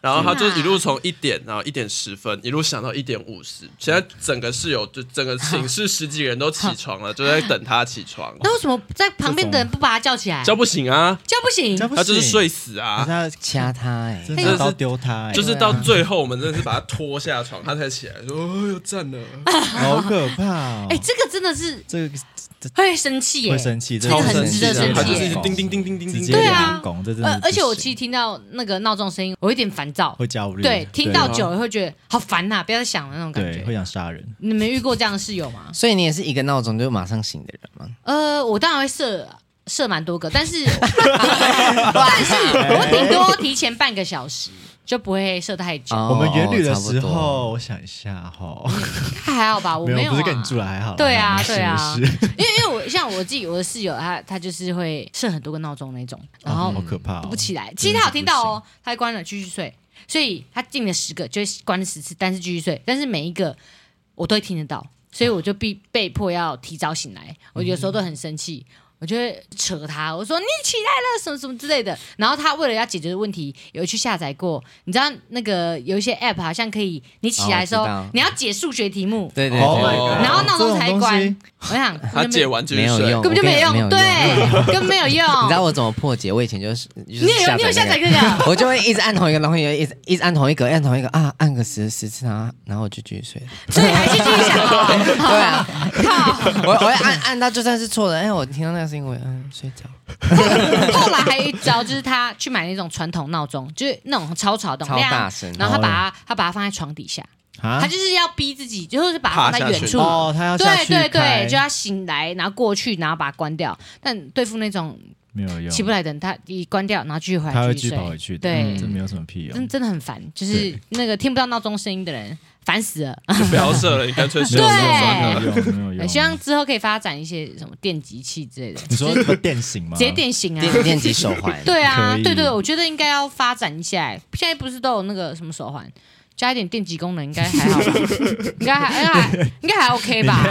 S3: 然后他就一路从一点，然后一点十分，一路想到一点五十。现在整个室友就整个寝室十几个人都起 床了，就在等他起床，
S1: 那为什么在旁边的人不把他叫起来？
S3: 叫不醒啊，
S1: 叫不醒，
S4: 这样不
S3: 他就是
S4: 行
S3: 睡死
S4: 可
S3: 啊
S4: 是。他
S2: 掐他哎、
S4: 真的拿刀丢他、欸，
S3: 就是到最后，我们真的是把他拖下床，他才起来说：“哦，又站了。”
S4: 哎好可怕、哦！
S1: 哎，这个真的是
S4: 这个
S1: 会生气耶
S4: 会。生气，
S1: 个
S4: 真的
S1: 很值得生气
S4: 生气
S3: 他就是
S1: 耶
S3: 一直叮叮叮叮叮
S4: 直
S3: 叮，
S4: 接
S1: 对啊
S4: 两拱，这真的
S1: 呃
S4: 是，不
S1: 而且我
S4: 行
S1: 其实听到那个闹钟声音，我有点烦躁。
S4: 会焦虑，
S1: 对，听到
S3: 对
S1: 久了会觉得好烦呐，不要再想了那种感
S4: 对会
S1: 觉。
S4: 想杀人，
S1: 你们遇过这样的室友吗？
S2: 所以你也是一个闹钟就马上醒的人吗？
S1: 呃，我当然会设设蛮多个，但 是 但是
S4: 哎
S1: 我顶多提前半个小时，就不会设太久。
S2: 哦
S4: 我们元旅的
S2: 差不
S4: 时
S2: 多
S4: 候，我想一下哦哈，
S1: 还好吧，我
S4: 没
S1: 有、啊，
S4: 不是跟你住了还好啦，
S1: 对啊
S4: 是
S1: 对啊
S4: 是是
S1: 因为因为我像我自己，我的室友他他就是会设很多个闹钟那种，然后
S4: 哦好可怕哦，
S1: 不起来。其实
S4: 真的
S1: 他有
S4: 是
S1: 听
S4: 不
S1: 到
S4: 行
S1: 哦，他关了继续睡，所以他进了十个，就关了十次，但是继续睡，但是每一个我都会听得到，所以我就必被迫要提早醒来。我有时候都很生气。我就会扯他，我说你起来了，什么什么之类的。然后他为了要解决问题，有去下载过，你知道那个有一些 app 好像可以，你起来的时候、
S2: 哦我知道
S1: 你要解数学题目，
S2: 对对对
S4: 哦
S2: 对
S3: 哦
S1: 然后闹钟才
S4: 这
S1: 关
S4: 种。
S1: 我想
S3: 他解完就
S2: 没有用，
S1: 根本就没
S2: 我
S1: 用，
S2: 跟你讲
S1: 对， 根本没有用。
S2: 你知道我怎么破解？我以前就是，你
S1: 你也有你有下载这个？
S2: 我就会一直按同一个，然后也一直一直按同一个，按同一个啊，按个十十次，然后然后我就继续 睡了。
S1: 所以还是继续想哦。
S2: 对啊，
S1: 靠！
S2: 我我会按按到就算是错的，哎，我听到那个声音，我也嗯睡着。
S1: 后来还有一招，就是他去买那种传统闹钟，就是那种超吵的，
S2: 超大声
S1: 然后他把它他把它放在床底下，
S4: 啊
S1: 他，就是要逼自己，就是把它放在远
S3: 爬下
S1: 处
S3: 去。
S4: 哦，他要下
S1: 对
S4: 去
S1: 对
S4: 开
S1: 对，就要醒来，然后过去，然后把它关掉。但对付那种
S4: 没有用，
S1: 起不来的人，他一关掉，然后继续回
S4: 他
S1: 来
S4: 会
S1: 继续
S4: 跑回
S1: 睡，
S4: 去的，
S1: 对
S4: 嗯这没有什么屁用
S1: 真。真的很烦，就是那个听不到闹钟声音的人，烦死了。
S3: 就不要射了，你干脆
S4: 没
S3: 睡
S4: 有
S1: 对
S4: 用
S3: 算
S4: 没
S3: 了。
S4: 有用，没有
S1: 呃
S4: 用。
S1: 希望之后可以发展一些什么电极器之类的，
S4: 你说
S1: 就是
S4: 什么电醒吗？
S1: 直接电醒啊。
S2: 电电极手环，
S1: 对啊
S4: 可，以
S1: 对对，我觉得应该要发展一下欸。现在不是都有那个什么手环，加一点电极功能，应该还好吧？ 应该还应该还应该还 OK 吧？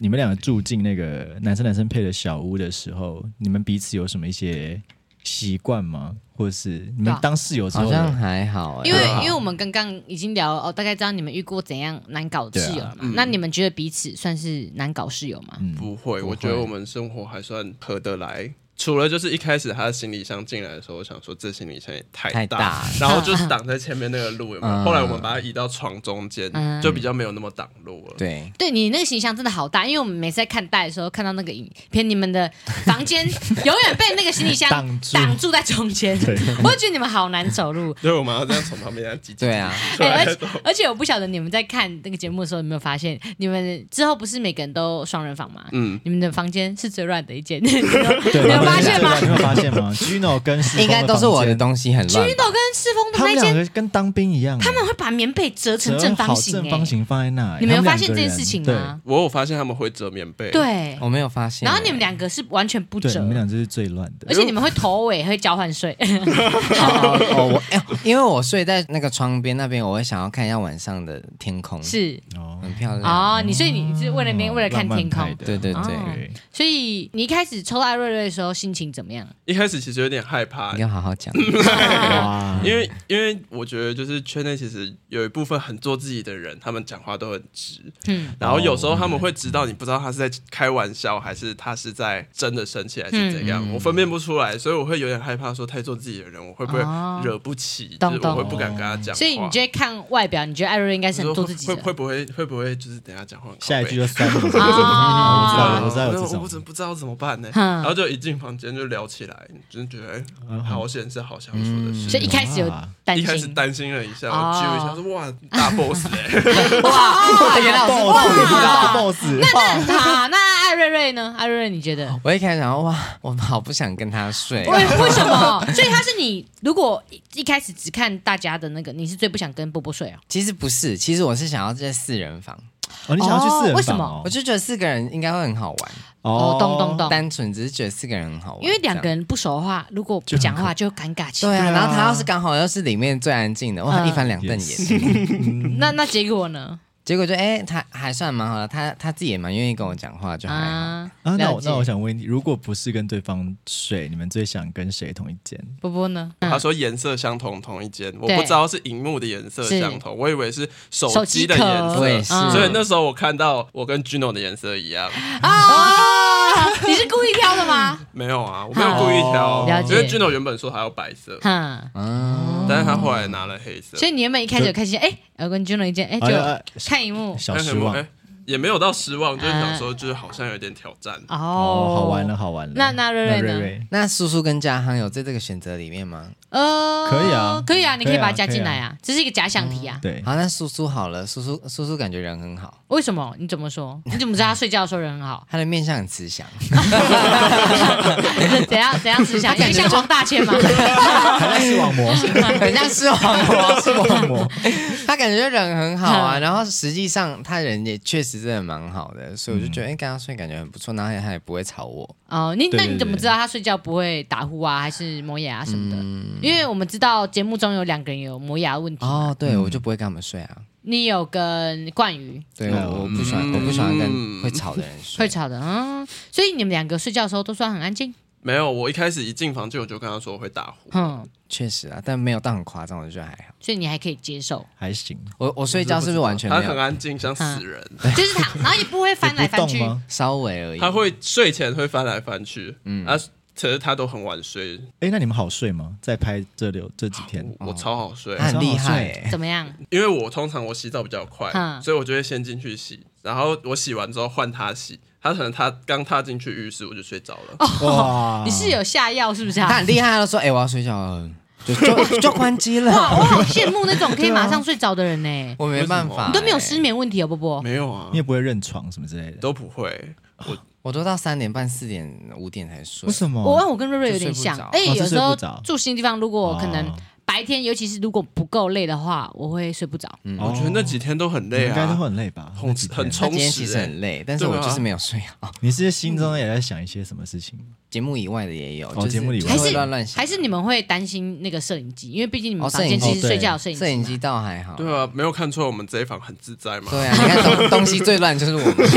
S4: 你们两个住进那个男生男生配的小屋的时候，你们彼此有什么一些习惯吗？或者是
S1: 对
S4: 你们
S1: 啊
S4: 当室友之
S2: 好
S4: 后有，
S2: 像还好哎，
S1: 因为
S3: 对啊
S1: 因为我们刚刚已经聊了哦，大概知道你们遇过怎样难搞的室友了嘛
S3: 对啊？
S1: 那你们觉得彼此算是难搞室友吗？
S4: 嗯，
S3: 不会，我觉得我们生活还算合得来。除了就是一开始他的行李箱进来的时候，我想说这行李箱也
S2: 太
S3: 太
S2: 大
S3: 大
S2: 了，
S3: 然后就是挡在前面那个路有没
S2: 嗯
S3: 有？后来我们把它移到床中间
S1: 嗯，
S3: 就比较没有那么挡路了。
S2: 对，
S1: 对你那个形象真的好大，因为我们每次在看待的时候看到那个影片，你们的房间永远被那个行李箱
S4: 挡住
S1: 挡住在中 间，我就觉得你们好难走路。
S3: 所以我们要这样从旁边这样挤挤
S2: 对啊，
S3: 出
S1: 哎，
S3: 来
S1: 而
S3: 的
S1: 且
S3: 时候。
S1: 而且我不晓得你们在看那个节目的时候有没有发现，你们之后不是每个人都双人房吗？
S3: 嗯，
S1: 你们的房间是最乱的一间， 你有你有
S4: 对
S1: 发现吗
S4: 你有发现吗？Gino 跟世峰的
S2: 应该都是我的东西很乱吧。
S1: ？Gino 跟世峰的
S4: 房
S1: 那
S4: 间，他们两
S1: 间，
S4: 个跟当兵一样，
S1: 他们会把棉被折成
S4: 折
S1: 正方
S4: 好
S1: 形、
S4: 正
S1: 欸，
S4: 方形放在那，
S1: 你没有发
S4: 他们
S1: 现
S4: 两
S1: 这
S4: 个
S1: 件
S4: 人
S1: 事情？吗？
S3: 我有发现他们会折棉被，，
S1: 对，
S2: 我没有发现欸，
S1: 然后你们两个是完全不
S4: 对，对
S1: 折哎
S4: 你，们嗯俩就是最乱的
S1: 而。且你们会头尾会交换睡，
S2: 哦，我哎呦，因为我睡在那个窗边那边，我会想要看一下晚上的天 空，
S1: 是
S4: 哦
S2: 很漂亮。
S1: 哦，你所以你是为了没为了看天
S4: 嗯浪漫派
S1: 空，
S4: 的
S2: 对对对，
S1: 哦
S4: 对，
S1: 所以你一开始抽到艾瑞瑞的时候心情怎么样？
S3: 一开始其实有点害怕
S2: 你，要好好讲。
S4: 哇，
S3: 因为因为我觉得就是圈内其实有一部分很做自己的人，他们讲话都很直，
S1: 嗯，
S3: 然后有时候他们会知道你不知道他是在开玩笑，还是他是在真的生气，还
S1: 嗯
S3: 是怎样，我分辨不出来，所以我会有点害怕，说太做自己的人，我会不会
S1: 哦
S3: 惹不起？
S1: 懂
S3: 就是我会不敢跟他讲话。
S1: 所以你就会看外表，你觉得艾瑞瑞应该是
S3: 就
S1: 很
S3: 是
S1: 做自己
S3: 会
S1: 的
S3: 会。会不会会不会就是等一下讲话很靠
S4: 下一
S3: 背
S4: 句就三个字。
S1: 哦
S4: 啊我知道有
S3: 那
S4: 这种
S3: 我怎么不知道怎么办呢？
S1: 哼
S3: 然后就一进房间就聊起来，真觉得哎，好险是好相处的事。
S1: 嗯所以一开始有担
S3: 嗯一
S1: 心，
S3: 开始担心了一下，我
S1: 哦
S3: 揪一下说哇大 boss 哎，
S1: 哇，原来我是
S4: 爆
S1: 哇
S4: 死，爆死，
S1: 好，那艾艾瑞瑞呢？艾瑞瑞，你觉得？
S2: 我一开始想说哇，我好不想跟他睡，
S1: 为为什 么？所以他是你，如果一一开始只看大家的那个，你是最不想跟波波睡哦。
S2: 其实不是，其实我是想要在四人房，
S4: 哦，你想要去四
S1: 哦
S4: 人房、哦？
S1: 为什么
S2: 我就觉得四个人应该会很好玩，
S1: 哦，懂懂。懂。
S2: 单纯只是觉得四个人很好玩，
S1: 因为两
S2: 这
S1: 个
S2: 样。
S1: 人不熟的话，如果不讲话就尴尬起
S2: 对
S1: 来。
S2: 啊，
S4: 对啊
S2: 然后他要是刚好又是里面最安静的，哇，
S1: 嗯
S2: 一翻两瞪眼。
S4: 嗯
S1: 那那结果呢？
S2: 结果就哎、他还算蛮好的，他他自己也蛮愿意跟我讲话，就还好。
S1: 啊，
S4: 啊，那
S1: 了
S4: 我
S1: 解
S4: 那我想问你，如果不是跟对方睡，你们最想跟谁同一间？
S1: 波波呢？
S3: 他
S4: 啊
S1: 嗯
S3: 说颜色相同同一间，我
S1: 对
S3: 不知道是荧幕的颜色相同，我以为是手
S1: 手
S3: 机
S1: 机
S3: 的
S1: 壳
S3: 颜
S2: 我也
S3: 色。
S2: 是
S1: 嗯
S3: 所以那时候我看到我跟 Gino 的颜色 一样，
S1: 啊，你是故意挑的 吗？
S3: 没有啊，我没有故意
S1: 哦
S3: 挑，
S1: 了解
S3: 因为 Gino 原本说他要白色，
S1: 哼，
S2: 嗯，
S3: 但是他后来拿了黑色，
S1: 所以你原本一开始有开心，哎，我跟 Juno 一见，哎，
S4: 哎呀
S1: 就看一幕，
S4: 小
S3: 但是
S4: 失望
S3: 我哎也没有到失望，就是
S1: 嗯
S3: 想说就是好像有点挑战。
S1: 哦，
S4: 哦，好玩了，。好玩了。
S1: 那那瑞瑞
S4: 那瑞
S1: 呢？
S4: 瑞，
S2: 那叔叔跟家航有在这个选择里面吗？
S1: 呃，
S4: 可以啊
S1: 可以啊，你可以
S4: 可以啊嗯
S1: 把它加进来啊，这是一个假想题啊。
S4: 对，
S2: 好，那叔叔好了，叔叔叔叔感觉人很好，
S1: 为什么？你怎么说？你怎么知道他睡觉的时候人很 好？
S2: 他的面相很慈 祥，
S1: 怎样怎样思想？因为像黄大 千嘛，
S4: 他是网膜，
S2: 很像 视网膜，
S4: 是网膜。
S2: 他感觉人很好啊。然后实际上他人也确实真的蛮好的，所以我就觉
S3: 嗯
S2: 得哎、跟他睡感觉很不错，然后他也不会吵我。
S1: 哦，你
S4: 对
S1: 那
S4: 对
S1: 你怎么
S4: 对
S1: 知道他睡觉不会打呼啊，还是磨牙啊什么的？
S4: 嗯
S1: 因为我们知道节目中有两个人有磨牙的问题，
S2: 哦，对，我就不会跟他们睡啊。
S1: 你有跟冠宇
S2: 对，
S4: 嗯
S2: 我我不喜欢，我不喜欢跟嗯会吵的人
S1: 会
S2: 睡。
S1: 吵的，嗯，所以你们两个睡觉的时候都算很安静，
S3: 没有，我一开始一进房间我就跟他说我会打呼，
S1: 嗯，
S2: 确实啊，但没有到很夸张，我就觉得还好。
S1: 所以你还可以接受，
S4: 还行，
S2: 我我睡觉是不是完全
S3: 他
S2: 没
S3: 很
S2: 有？
S3: 安静，像死人。
S1: 就是 躺，然后也不会翻来
S4: 也不
S1: 翻
S4: 动
S1: 去，
S4: 吗？
S2: 稍微而已。
S3: 他会睡前会翻来翻去，嗯，啊，可是他都很晚睡，
S4: 哎，那你们好睡吗？在拍这六这几 天，
S3: 我我超好睡，
S2: 他很厉害、
S4: 晚上
S2: 欸，
S1: 怎么样？
S4: 哎
S3: 因为我通常我洗澡比较快
S1: 嗯，
S3: 所以我就会先进去洗，然后我洗完之后换他洗，他可能他刚踏进去浴室我就睡着
S2: 哦
S3: 了，
S4: 哇
S1: 你是有下药是不是
S2: 他
S1: 啊？
S2: 很厉害，他就说：“哎、我要睡觉 了，就就就关机
S1: 哇，
S2: 了。
S1: 我好羡慕那种可以马上睡着的人呢、”
S2: 我没办法、欸
S3: 为什么
S1: 你都没有失，眠问题哦，波波。
S3: 没有啊
S4: 你，也不会认床什么之类的？
S3: 都不会，
S2: 我都到三点半、四点、五点才睡
S4: 为。什么？
S1: 我我跟瑞瑞有点像
S2: 就睡，不
S1: 哎，
S4: 哦着哦
S1: 有
S4: 是
S1: 时
S4: 睡
S1: 候
S4: 不着
S1: 住新地方，如果可能
S4: 哦
S1: 白天，尤其是如果不够累的话，我会睡不着。
S4: 嗯
S3: 哦我觉得那几天都很
S4: 哦你们
S3: 累
S4: 应该都
S3: 啊，
S4: 很累吧？
S3: 很
S4: 那几天
S3: 很
S2: 他
S3: 充
S2: 今天其实
S3: 实欸
S2: 很累，但是我就是没有睡好。
S4: 你是心中也在想一些什么事情吗？
S2: 节目以外的也有，
S4: 哦
S2: 就是
S4: 节目以外
S2: 就
S1: 还
S2: 会
S1: 是
S2: 乱乱想，
S1: 还是你们会担心那个摄影机，因为毕竟你们
S2: 哦
S1: 房
S2: 摄
S1: 间
S2: 影机
S1: 其实
S4: 对
S1: 睡觉有摄影
S2: 摄影
S1: 机
S2: 机
S1: 嘛。
S2: 倒还好。
S3: 对啊，没有看出来我们这一房很自在嘛，
S2: 对啊，你看东东西最乱就是我们，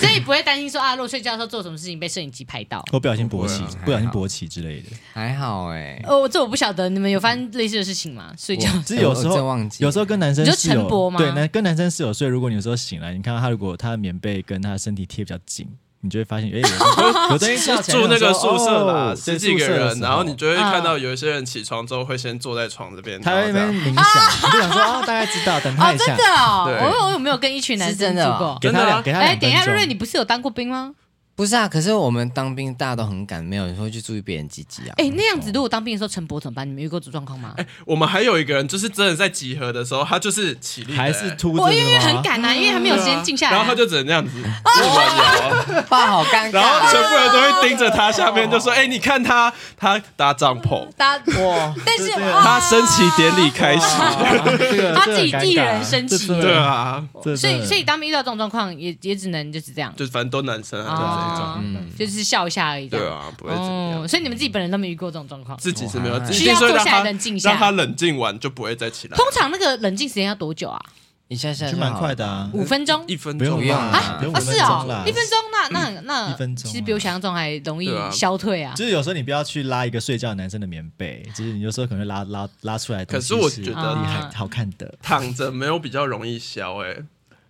S1: 所以不会担心说啊，如果睡觉的时候做什么事情被摄影机拍到。
S4: 我不小心勃起
S2: 不会啊，
S4: 不小心勃起之类的。
S2: 还好哎、
S1: 哦，这我不晓得，你们有发生类似的事情吗？睡觉
S2: 我
S4: 只是有时
S2: 我真
S4: 候
S2: 忘记了，
S4: 有时候跟男生
S1: 你说
S4: 室友
S1: 陈勃吗
S4: 对，男跟男生室友睡，如果你有时候醒来，你看到他如果他的棉被跟他的身体贴比较紧，你就会发现， 哎、有有东西翘起来
S3: 住那个宿舍啦，
S4: 哦
S3: 十
S4: 对
S3: 几个
S4: 宿舍的
S3: 人，
S4: 时
S3: 然后你就会看到
S1: 嗯
S3: 有一些人起床之后会先坐在床这边，
S4: 他会
S3: 然
S4: 在那
S3: 后这样
S4: 边冥想，你就想说哦，大概知道，等他
S1: 哦，
S4: 一
S1: 真
S4: 下，
S1: 的哦，
S3: 对
S1: 我我有没有跟一群男
S2: 是
S1: 生
S2: 真的
S1: 住
S2: 哦
S1: 过？
S4: 给他
S3: 真的啊
S4: 两给他
S1: 哎，
S4: 两
S1: 等一下，
S4: 分
S1: 瑞瑞，
S4: 钟。
S1: 你不是有当过兵吗？
S2: 不是啊，可是我们当兵大家都很赶，没有人会去注意别人鸡鸡啊。
S1: 哎，那样子如果当兵的时候陈博怎么办？你们遇过这状况吗？
S3: 我们还有一个人，就是真的在集合的时候，他就是起立的
S4: 还
S3: 欸，
S4: 是秃子
S1: 我因为
S4: 的吗
S1: 很赶啊，因为还没有时间静下来啊。
S3: 然后他就只能这样子
S2: 哦
S3: 一弯腰，
S2: 爸好尴尬
S3: 然
S2: 啊、
S3: 后全部人都会盯着他下面，
S1: 哦
S3: 就说：“哎，你看他，他搭帐篷，
S1: 大家哇，但是哦
S4: 就这样
S1: 哇
S3: 他升旗典礼开始。
S1: 啊
S4: 这个
S1: 他
S4: 这个
S1: 自己
S4: 很尴
S1: 一
S4: 尬啊
S1: 人升旗
S4: 这真”的
S3: 对啊，
S1: 所
S4: 这真
S1: 以
S4: 的
S1: 所以当面遇到这种状况，也也只能就是这样，
S3: 就是反正都男生啊，
S1: 啊，就是笑一下而已。
S3: 就这样。对，啊，不会怎么
S1: 哦，
S3: 样。
S1: 所以你们自己本人都没遇过这种状况。
S3: 自己是没有，
S1: 需要
S3: 所以
S1: 坐
S3: 让
S1: 下来
S3: 他
S1: 冷静一下
S3: 让他冷静完就不会再起来
S1: 通。常那个冷静时间要多久啊？
S2: 一下下
S4: 其实
S2: 就
S4: 蛮
S2: 好
S4: 快
S2: 了
S4: 的啊，
S1: 五分钟？
S3: 呃一分
S4: 不用
S3: 钟
S2: 不用
S4: 啦
S2: 啊，
S4: 不用
S1: 嗯
S4: 五
S1: 啊，
S4: 分
S1: 是
S4: 钟
S1: 哦
S4: 啦，，
S1: 一分钟，那那很那
S4: 一分钟啊
S1: 其实比我想象中还容易
S3: 嗯对啊
S1: 消退啊。
S4: 就是有时候你不要去拉一个睡觉的男生的棉被，就是你有时候可能会拉拉拉出来的东西。
S3: 可是我觉
S1: 得
S4: 厉害好看的
S3: 躺着没有比较容易消哎，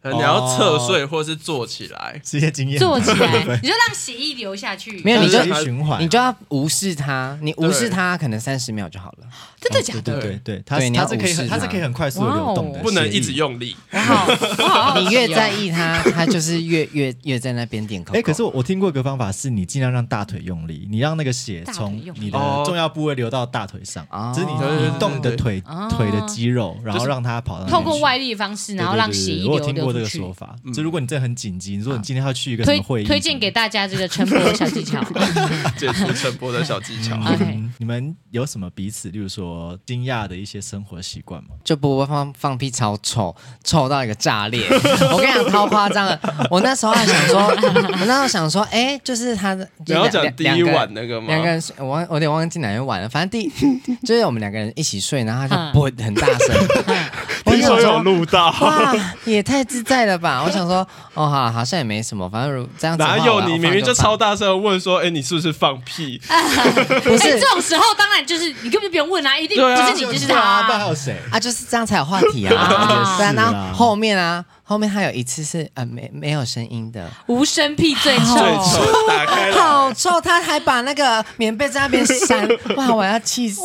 S3: 呃你要侧睡或是坐起来，
S4: 是一些经验，
S1: 坐起来
S4: 对，
S1: 你就让血液流下去。
S2: 没有你就
S4: 就是循环，
S2: 你就要无视他，你无视他可能三十秒就好了。
S1: 真的假的？
S4: 对对对，它
S2: 对你要
S4: 它是可以
S2: 无视
S4: 很
S2: 它
S4: 它是可以很快速的流动
S1: 哇
S4: 的，
S1: 哦
S3: 不能一直
S4: 协议。
S3: 用力。
S1: 我好，我好好奇哦
S2: 你越在意他，他就是越越越在那边点扣。
S4: 哎，可是我我听过一个方法，是你尽量让大腿用力，你让那个血
S1: 大腿
S4: 从
S1: 用力
S4: 你的
S3: 哦
S4: 重要部位流到大腿上
S2: 哦，
S4: 就是
S2: 对对
S4: 你
S3: 对
S4: 你动你的腿
S1: 哦
S4: 腿的肌肉，然后让它跑到那
S1: 透
S4: 边去
S1: 过外力的方式，
S4: 对对对对
S1: 然后让血液流
S4: 我有听
S1: 流
S4: 过这个
S1: 进去
S4: 说法，就如果你真的很紧急，你说你今天要去一个什
S1: 推
S4: 么会议，
S1: 推荐给大家这个晨勃的小技 巧。
S3: 解除陈波的小 技巧。
S1: OK
S4: 嗯你们有什么彼此，例如说惊讶的一些生活习惯吗？
S2: 就不会放放屁超臭，臭到一个炸裂。 我跟你讲超夸张的，我那时候还想说，我那时候想说，哎、就是他的，
S3: 你
S2: 就
S3: 要
S2: 两
S3: 讲
S2: 两
S3: 第
S2: 两
S3: 一
S2: 个人
S3: 晚那个吗？
S2: 两个人睡，我忘我有点忘记哪一晚了，反正 第就是我们两个人一起睡，然后他就
S3: 嗯
S2: 啵很大声， 我就想说。
S4: 录到，
S2: 哇，也太自在了吧！我想说，哦，好，好像也没什么，反正如这样子的话
S3: 哪
S2: 我
S3: 有
S2: 要
S3: 你
S2: 放
S3: 明明就
S2: 放
S3: 超大声地问说，哎，你是不是放屁？
S2: 不
S1: 哎
S2: 是
S1: 这种时候，当然就是你根本就不用问啊，一定
S3: 对啊
S1: 不是你就是他
S4: 不
S1: 啊。
S4: 然还有谁？
S2: 啊，就是这样才有话题 啊
S1: 啊。
S2: 对啊，
S4: 也是啦
S2: 然后后面啊，后面还有一次是呃没没有声音的，
S1: 无声屁最臭，
S3: 最臭，打开了。
S2: 好臭，他还把那个棉被在那边 扇，哇，我要气死！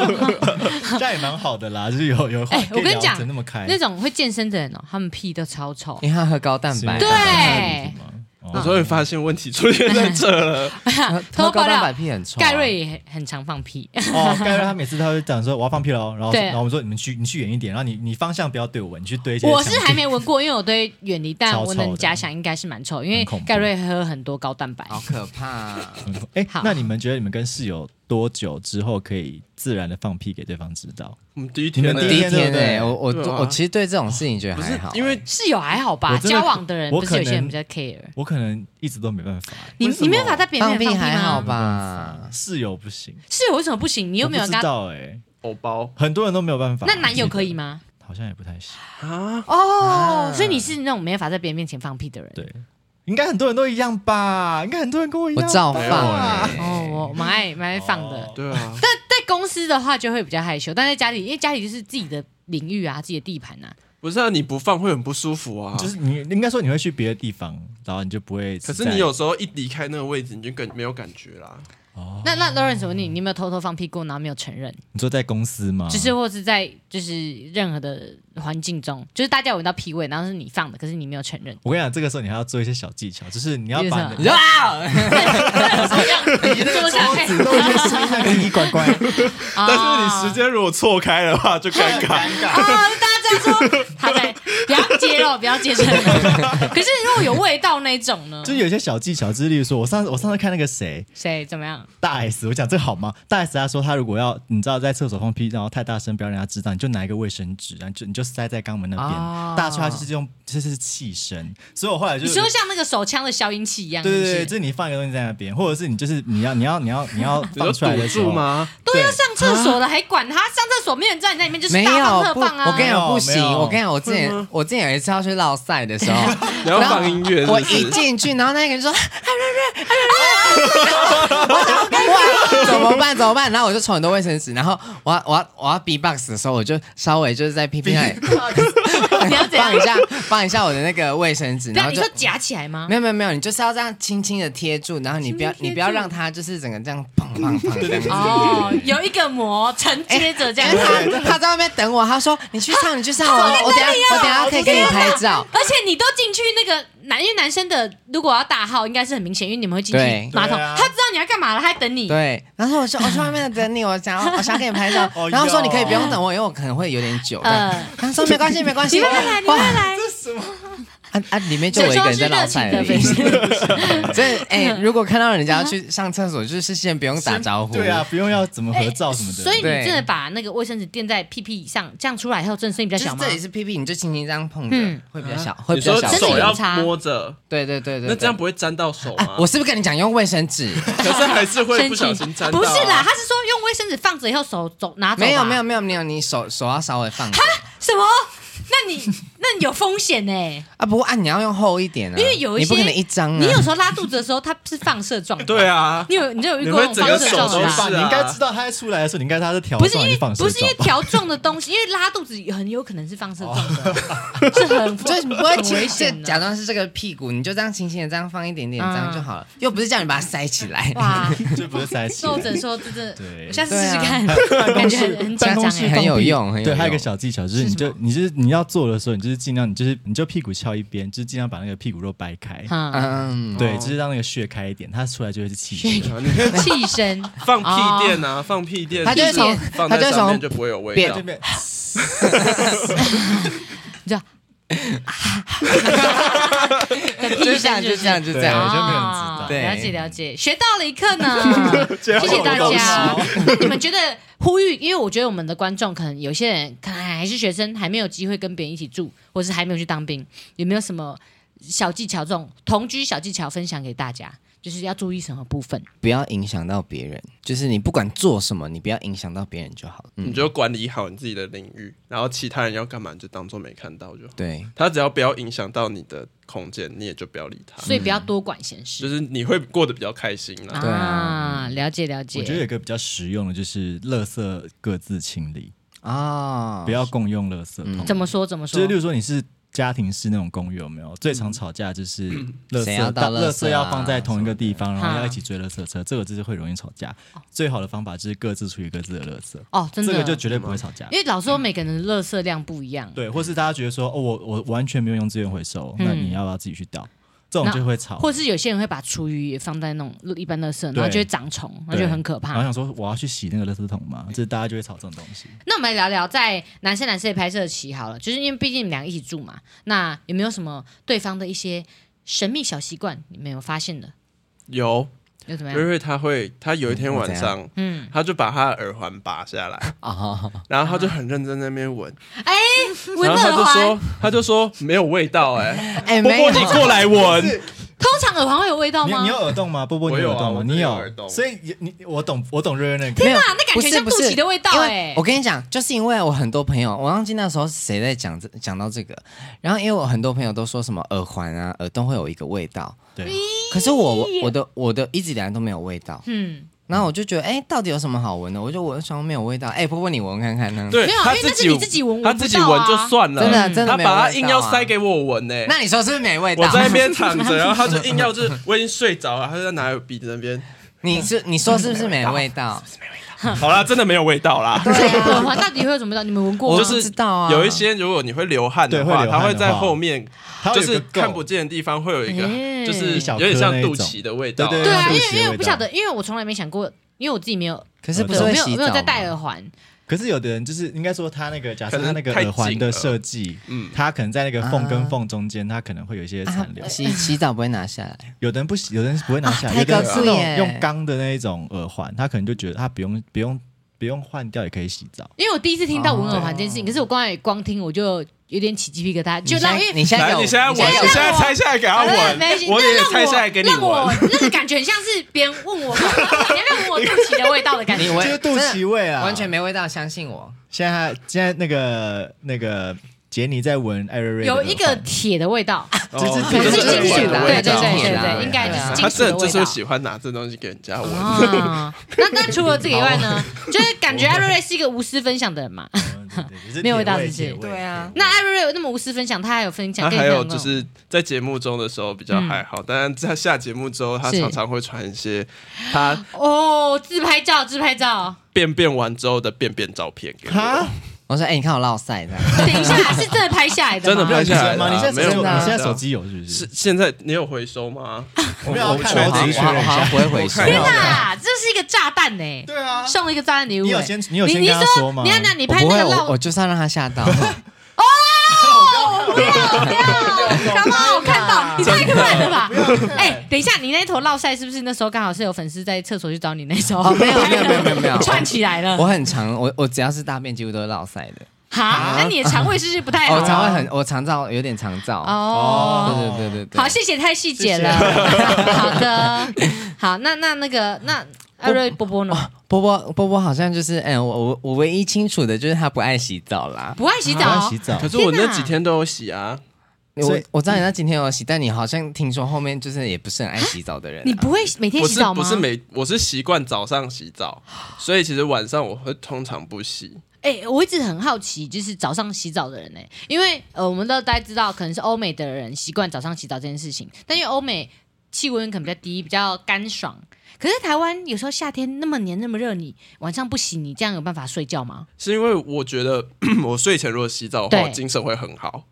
S4: 这样也蛮好的啦，就是有有话
S1: 哎、
S4: 可
S1: 我
S4: 以
S1: 跟
S4: 聊
S1: 你讲
S4: 得，那么开，
S1: 那种会健身的人哦，他们屁都超臭。
S2: 因为他喝高蛋白，
S3: 啊
S1: 对
S3: 我
S4: 我
S3: 终于发现问题出现在这了。
S2: 喝
S1: 偷爆
S2: 喝高蛋
S1: 料
S2: 白，屁很臭啊。
S1: 盖瑞也很很常放屁，
S4: 哦，盖瑞他每次他会讲说我要放屁了哦，然后
S1: 对
S4: 然后我们说你们去你去远一点，然后你你方向不要对我，你去对一些
S1: 我是
S4: 墙壁
S1: 还没闻过，因为我对远离，但
S4: 超
S1: 我
S4: 臭
S1: 能
S4: 的
S1: 假想应该是蛮臭，因为
S4: 很恐怖
S1: 盖瑞喝很多高蛋白。
S2: 好可怕啊！
S4: 哎
S1: 好，
S4: 那你们觉得你们跟室友多久之后可以自然的放屁给对方知道？
S3: 我们第一
S4: 你
S3: 天
S4: 们
S3: 呢
S4: 第
S2: 第
S4: 一
S2: 一
S4: 天对
S2: 天
S4: 不对
S2: 哎，我我
S3: 对啊
S2: 我其实对这种事情觉得
S3: 不
S2: 还
S3: 是
S2: 好，
S3: 因为
S1: 室友还好吧？
S4: 我真的
S1: 交往的人
S4: 我
S1: 不是有
S4: 可
S1: 些人
S4: 能
S1: 比较 care。
S4: 我可能一直都没办法，哎
S1: 你
S3: 为什
S1: 你没
S3: 么
S1: 办法在别人
S2: 放
S1: 面
S2: 屁
S1: 前放
S2: 还好
S1: 吗？
S2: 吧？
S4: 室友不行，
S1: 室友为什么不行？你又没有
S4: 我
S1: 跟
S4: 不知
S1: 他？
S4: 道哎，
S3: 偶包
S4: 很多人都没有办法。
S1: 那男友可以
S4: 吗？
S1: 吗？
S4: 好像也不太行，
S3: 啊，
S1: 哦，
S2: 啊
S1: 所以你是那种没办法在别人面前放屁的人。
S4: 对，应该很多人都一样吧？应该很多人跟我一
S2: 我
S4: 样吧，
S2: 照
S3: 没有
S2: 放
S3: 啊
S2: 哎，
S1: 哦，我蛮爱蛮爱放的。
S3: 对啊，
S1: 在公司的话就会比较害羞，但在家里，因为家里就是自己的领域啊，自己的地盘啊。
S3: 不是啊，你不放会很不舒服啊。
S4: 就是你应该说你会去别的地方，然后你就不会在。
S3: 可是你有时候一离开那个位置，你就更没有感觉啦。
S1: 那那 Lawrence，我问你，你有没有偷偷放屁过，然后没有承认？
S4: 你说在公司吗？
S1: 就是或是在就是任何的环境中，就是大家有闻到屁味，然后是你放的，可是你没有承认。
S4: 我跟你讲，这个时候你还要做一些小技巧，就是你要
S1: 比如
S4: 把
S1: 说
S4: 你
S2: 你说啊，
S1: 这么想看
S4: 只弄一些声音，让你乖乖。
S1: 啊
S3: 间如果错开的话，就尴尬。
S1: 啊，大家说他在不要揭露，不要揭穿。可是如果有味道那种呢
S4: 就？是有一些小技巧，就是例如说，我上次我上次看那个谁
S1: 谁怎么样？
S4: 大 S，我讲这个好吗？大 S 她说她如果要你知道在厕所放屁，然后太大声，不要让她知道，你就拿一个卫生纸，然后就你就塞在肛门那边，
S2: 哦
S4: 大出来就是用这是气声，所以我后来就
S1: 你说像那个手枪的消音器一样，
S4: 对对
S1: 是不
S4: 对，
S1: 是
S4: 就是你放一个东西在那边，或者是你就是你要你要你要你 要
S3: 你说
S4: 放出来
S3: 堵
S4: 的时候
S3: 住？吗？
S1: 都要啊上厕所了，还管他？上厕所没人知道你在里面，就是
S2: 啊没
S1: 大放
S2: 有
S1: 特
S2: 不，
S1: 放啊！
S2: 我跟你讲不
S4: 没
S2: 行，
S4: 有
S2: 我跟你讲，我之
S3: 会
S2: 前
S3: 吗
S2: 我之前有一次要去绕赛的时候，
S3: 你要放音乐是
S2: 我
S3: 不
S2: 一
S3: 是？
S2: 进去，然后那个人说：“我想哇，怎么办？怎么办？”然后我就抽很多卫生纸，然后我要我要我要 B box 的时候，我就稍微就是在屁屁那里
S1: 你要怎样
S2: 放一？下放一下我的那个卫生纸，
S1: 不
S2: 然
S1: 要，
S2: 后
S1: 你
S2: 就
S1: 说夹起来吗
S2: 没？有没有没有，你就是要这样轻轻的贴住，然后你不要你不要让它就是整个这样砰砰砰这样子。
S1: 哦，有一个膜承接着这
S2: 因
S1: 样
S2: 为
S1: 子，
S2: 他他在外面等我，他说你去上你去上，我哎我等下
S1: 啊
S2: 我等下可以给你拍照。
S1: 而且你都进去那个男，因为男生的如果要大号，应该是很明显，因为你们会进
S2: 对
S1: 去马桶，
S4: 对啊
S1: 他知道你要干嘛了，他还等你。
S2: 对，然后我说我去外面等你，我想要我想给你拍照
S4: 哦，
S2: 然后说
S4: 哟
S2: 你可以不用等我，因为我可能会有点久。这样
S1: 呃，
S2: 他说没关系没关系，
S1: 你慢慢来，你慢慢
S2: 哇，
S1: 来。
S2: 啊啊，里面就
S1: 想
S2: 我一个
S1: 说
S2: 人
S1: 是
S2: 在
S1: 热
S2: 老
S1: 情
S2: 菜
S1: 的
S2: 而
S1: 粉
S2: 已。
S1: 丝，
S2: 所以哎，如果看到人家去上厕所，就是先不用打招呼。
S4: 对啊，，不用要怎么合照什么的。
S1: 哎所以你
S2: 对
S1: 真的把那个卫生纸垫在屁屁上，这样出来以后，真的声音比
S2: 就
S1: 较小
S2: 是
S1: 吗
S2: 这？里是屁屁，你就轻轻这样碰
S1: 嗯
S2: 着，会比较小，会
S3: 你
S2: 比较
S3: 说
S2: 小
S1: 真的
S3: 手
S1: 有
S2: 声。
S3: 要
S1: 差
S3: 摸着，
S2: 对对对对，
S3: 那
S2: 对
S3: 这样不会沾到手
S2: 啊
S3: 吗？
S2: 我是不是跟你讲用卫 生纸？
S3: 可是还是会不小心沾到啊。
S1: 不是啦，他是说用卫生纸放着以后手走拿走吧。
S2: 没有没有没有没有，你手手要稍微放着
S1: 什么？那你 那你有风险呢、
S2: 啊，不过啊你要用厚一点啊，
S1: 因为有一
S2: 你
S1: 些
S2: 不可能一张啊。
S1: 你有时候拉肚子的时候，它是放射状。
S3: 对，啊，
S1: 你有你就有遇过那种放射状
S3: 你会整
S1: 的
S3: 个手
S1: 吧
S3: 都？
S4: 你应该知道他在出来的时候，你应该他是条
S1: 不是因
S4: 状还
S1: 为
S4: 是放
S1: 不
S4: 射
S1: 是因为
S4: 状吧？
S1: 条状的东西，因为拉肚子很有可能是放射状的，
S3: 哦
S1: 是 很
S2: 就是你不会
S1: 很危
S2: 轻这
S1: 险
S2: 假
S1: 的。
S2: 装是这个屁股，你就这样轻轻的这样放一点点，
S1: 嗯
S2: 这样就 好了，又不是叫你把它塞起来。
S1: 哇，
S4: 就不是在一起。
S1: 受者说这真的，
S4: 对
S1: 我下次试试看，
S2: 啊
S1: 感觉很很紧张
S2: 办公室
S1: 哎。
S2: 很有用很有
S4: 对，还有一
S2: 用
S4: 个小技巧就是，你
S1: 是什
S4: 就你就是你要做的时候，你就是尽量你就是你就屁股翘一边，就是尽量把那个屁股肉掰开，
S1: 嗯，
S2: 嗯，
S4: 对，
S3: 哦
S4: 就是让那个血开一点，它出来就会 是气血。
S3: 你可以
S1: 气声
S3: 放屁垫啊，放屁垫，
S2: 哦他就会从
S3: 放
S2: 他就
S3: 在
S2: 会
S3: 上
S2: 从
S3: 面就不会有味
S2: 扁
S3: 道
S4: 这。边
S1: 你知道的屁
S2: 就这
S1: 声
S2: 样，
S1: 是
S2: 就
S1: 不
S2: 这
S1: 是
S2: 样，就这样。
S4: 对就没有人知
S1: 哦
S4: 道
S2: 对
S1: 了解了解， 学到了一课呢。谢谢大家。 你们觉得呼吁？因为我觉得我们的观众可能有些人可能还是学生，还没有机会跟别人一起住，或是还没有去当兵，有没有什么小技巧？这种同居小技巧分享给大家，就是要注意什么部分？
S2: 不要影响到别人，就是你不管做什么，你不要影响到别人就好了。
S3: 你就管理好你自己的领域，然后其他人要干嘛你就当做没看到就好。
S2: 对，
S3: 他只要不要影响到你的空间，你也就不要理他。
S1: 所以不要多管闲事。
S3: 就是你会过得比较开心啦。
S2: 对啊
S1: 啊，了解了解。
S4: 我觉得有一个比较实用的，就是垃圾各自清理，
S2: 啊，
S4: 不要共用垃圾桶。
S1: 怎么说怎么
S4: 就
S1: 说
S4: 是，例？如说你是家庭式那种公寓，有没有？最常吵架就是
S1: 嗯
S4: 垃
S2: 谁要
S4: 圾，
S2: 倒
S4: 大
S2: 垃圾啊
S4: 垃圾要放在同一个地方，
S1: 的
S4: 然后要一起追垃圾车，这个就是会容易吵架。最好的方法就是各自处理各自的垃圾，
S1: 哦，真
S4: 这
S1: 的，
S4: 个就绝对不会吵架
S1: 因。为老师说每个人的垃圾量不一样。
S4: 对，或是大家觉得说，哦，我我完全没有用资源回收，
S1: 嗯
S4: 那你要不要自己去倒？这种就会吵。
S1: 或是有些人会把厨余也放在那种一般垃圾，然后
S4: 对
S1: 就会长虫，然后就很可
S4: 然后
S1: 怕。
S4: 想说我要去洗那个垃圾桶嘛，这大家就会吵这种东西。
S1: 那我们来聊聊在男生男生的拍摄期好了，就是因为毕竟你们俩一起住嘛，那有没有什么对方的一些神秘小习惯你没有发现的？
S3: 有
S1: 又怎么
S3: 瑞
S1: 样？
S3: 瑞他会，他有一天晚上，
S1: 啊嗯，
S3: 他就把他的耳环拔下来，
S2: 啊，
S3: 然后他就很认真在那边闻，
S1: 哦闻
S3: 然后他
S1: 耳
S3: 就
S1: 环，
S3: 说，他就说没有味 道哎、
S2: 哎，
S3: 波
S2: 没
S3: 波
S2: 有
S3: 你过来闻，
S1: 通常耳环会有味道
S4: 你
S1: 吗？
S4: 你有耳洞吗？波波，你
S3: 我有
S4: 耳
S3: 啊
S4: 洞吗？
S3: 我真的
S4: 你
S3: 有耳洞
S4: 所以你你我懂我懂瑞瑞那 个。
S2: 没有，
S1: 啊那感
S2: 不
S1: 觉
S2: 是
S1: 像
S2: 不
S1: 肚
S2: 是
S1: 脐的味道
S2: 因为
S1: 哎
S2: 我跟你讲，就是因为我很多朋友，我忘记那时候是谁在讲这讲到这个，然后因为我很多朋友都说什么耳环啊、耳洞会有一个味道，
S4: 对，
S2: 可是我我我的我的一直以来都没有味道，
S1: 嗯，
S2: 然后我就觉得，哎，到底有什么好闻的？我就闻想说没有味道，哎，波波你闻看看呢？，
S3: 对
S1: 没有，
S3: 他
S1: 因为那
S3: 自
S1: 是
S3: 己
S1: 你自己闻，
S3: 他
S1: 闻不
S3: 自己
S1: 到
S3: 闻
S1: 啊
S3: 就算了，
S2: 真的真的
S3: 他
S2: 没有味道
S3: 把
S2: 啊
S3: 他硬要塞给我闻呢、
S2: 那你说是不是没味道？
S3: 我在那边躺着，然后 他就硬要就是我已经睡着了，他就在拿鼻子那边。
S2: 你是你说是不是没味 道？
S3: 好啦，真的没有味道啦。
S1: 所以啊耳环到底会有什么味道？你们闻过
S2: 我
S1: 吗？
S3: 就是
S2: 知道啊，
S3: 有一些如果你会流汗
S4: 对
S3: 的话，
S4: 会流汗的
S3: 它
S4: 话
S3: 会在后面，
S4: 它会
S3: 就
S4: 有一
S3: 是
S4: 个
S3: 看
S4: 垢
S3: 不见的地方会有一个，
S1: 哎
S3: 就是有点像肚脐的味道。
S4: 对
S1: 对啊，
S4: 它
S1: 因
S4: 有
S1: 为
S4: 血
S1: 因为我
S4: 味
S1: 不
S4: 道
S1: 晓得，因为我从来没想过，因为我自己没有，
S2: 可是不
S1: 对
S2: 是
S1: 我
S2: 会
S1: 没有
S2: 洗澡
S1: 没有在
S2: 吗
S1: 戴耳环，
S4: 可是有的人就是应该说他那个，假设他那个
S3: 可能太
S4: 耳环的设计，
S3: 嗯，
S4: 他可能在那个缝跟缝中间，他可能会有一些残留
S2: 啊。洗洗澡不会拿下来，
S4: 有的人不洗，有的人不会拿下来，
S2: 啊
S4: 有的人
S2: 太
S4: 是
S2: 高
S4: 那
S2: 级耶
S4: 种用钢的那一种耳环，他可能就觉得他不用不用不用换掉也可以洗澡。
S1: 因为我第一次听到闻耳环
S2: 哦
S1: 这件事情，可是我刚才光听我就有点起鸡皮疙瘩，就让
S2: 你
S1: 因
S2: 现在
S1: 为
S2: 你现在
S3: 来，
S2: 有
S3: 你现在闻，
S1: 啊现在
S3: 你现在
S1: 让我
S3: 拆下来给他
S1: 好了
S3: 闻
S1: 没关系，，
S3: 我
S1: 那
S3: 也
S1: 让我
S3: 拆下来给你
S1: 让我
S3: 闻。
S1: 那个感觉很像是别人问我， 你要不要闻我肚脐的味道的感
S2: 你
S1: 觉。
S2: 闻
S4: 就是肚脐味啊，
S2: 完全。没味道，相信我。
S4: 现在他现在那个那个杰尼在闻艾瑞瑞的哦耳
S1: 有
S4: 环，
S1: 一个铁的味 道，
S4: 就是
S1: 可能
S4: 这
S1: 是
S4: 是
S1: 金
S4: 金
S1: 属
S4: 属
S1: 的，
S4: 的
S1: 哦对对
S4: 味
S1: 对
S4: 道
S1: 对
S4: 对
S1: 对，
S4: 啊
S1: 应该就是金
S3: 他
S1: 属
S3: 这
S1: 的
S3: 就
S1: 味
S3: 是
S1: 道。
S3: 喜欢拿这东西给人家闻。
S1: 啊，那那除了这个以外
S3: 啊
S1: 呢， 就是感觉艾瑞瑞是一个无私分享的人嘛。
S4: 嗯对对对就是
S1: 没有味道
S4: 铁
S1: 是不是
S4: 铁味
S2: 对啊
S1: 那艾瑞瑞有那么无私分享，他还有分享
S3: 他
S1: 跟你哦分
S3: 还有
S1: 享过
S3: 就是在节目中的时候比较还好，但是在下节目之后，他
S1: 是
S3: 常常会传一些他
S1: 哦，自拍照，自拍照。
S3: 便便完之后的便便照片给我
S4: 哈。
S2: 我说，哎，你看我落塞这样，
S1: 等一下，是真的拍下来的吗，
S3: 真的拍下来
S4: 吗？你现在
S3: 没有
S4: 手机有
S2: 啦
S4: 你现在手机有是不
S3: 是
S4: 是？
S3: 现在你有回收吗？
S4: 我没
S2: 我
S4: 有看我只
S2: 好
S4: 是确认
S2: 像
S4: 一
S2: 好像
S4: 下。
S2: 不会回收。
S1: 天哪，这是一个炸弹呢、欸
S4: 对啊，
S1: 送了一个炸弹礼物、欸。
S4: 你有先你有先
S1: 你
S4: 跟他
S1: 说
S4: 说吗
S1: 你看那你
S2: 我
S1: 拍
S2: 不
S1: 那
S2: 会，
S1: 个
S2: 我
S1: 漏
S2: 我，就是要让他吓 到。
S1: 干嘛？我看到，你太可爱了吧？哎、等一下，你那头落晒是不是那时候刚好是有粉丝在厕所去找你那时候？
S2: 哦没有没有没有没有没有
S1: 串起来了
S2: 我。很常，我我只要是大便几乎都是落塞的。
S1: 哈，那你的肠胃是不是不太好、
S2: 我啊哦肠胃很，我肠燥有点肠燥。
S1: 哎哦。
S2: 对对对对对。
S1: 好，谢谢，太细节了。 好的，好，那那那个那艾瑞波波呢？
S2: 波波波波好像就是，哎，我我我唯一清楚的就是他不爱洗澡啦。
S1: 不爱洗
S4: 我要
S1: 澡哦
S4: 洗，澡
S3: 可。是我
S1: 天
S3: 那
S1: 哪
S3: 几天都有洗啊，
S2: 我
S4: 所以
S2: 我知道你那今天有洗，但你好像听说后面就是也不是很爱洗澡的人啊。
S1: 你不会每天
S3: 我
S1: 洗
S3: 是
S1: 澡吗？
S3: 不是每我是习惯早上洗澡，所以其实晚上我会通常不洗。
S1: 哎、我一直很好奇，就是早上洗澡的人呢、因为呃，我们都大家知道，可能是欧美的人习惯早上洗澡这件事情，但因为欧美气温可能比较低，比较干爽。可是台湾有时候夏天那么黏那么热，你晚上不洗，你这样有办法睡觉吗？
S3: 是因为我觉得 我睡前如果洗澡的
S1: 对
S3: 话，我精神会很好，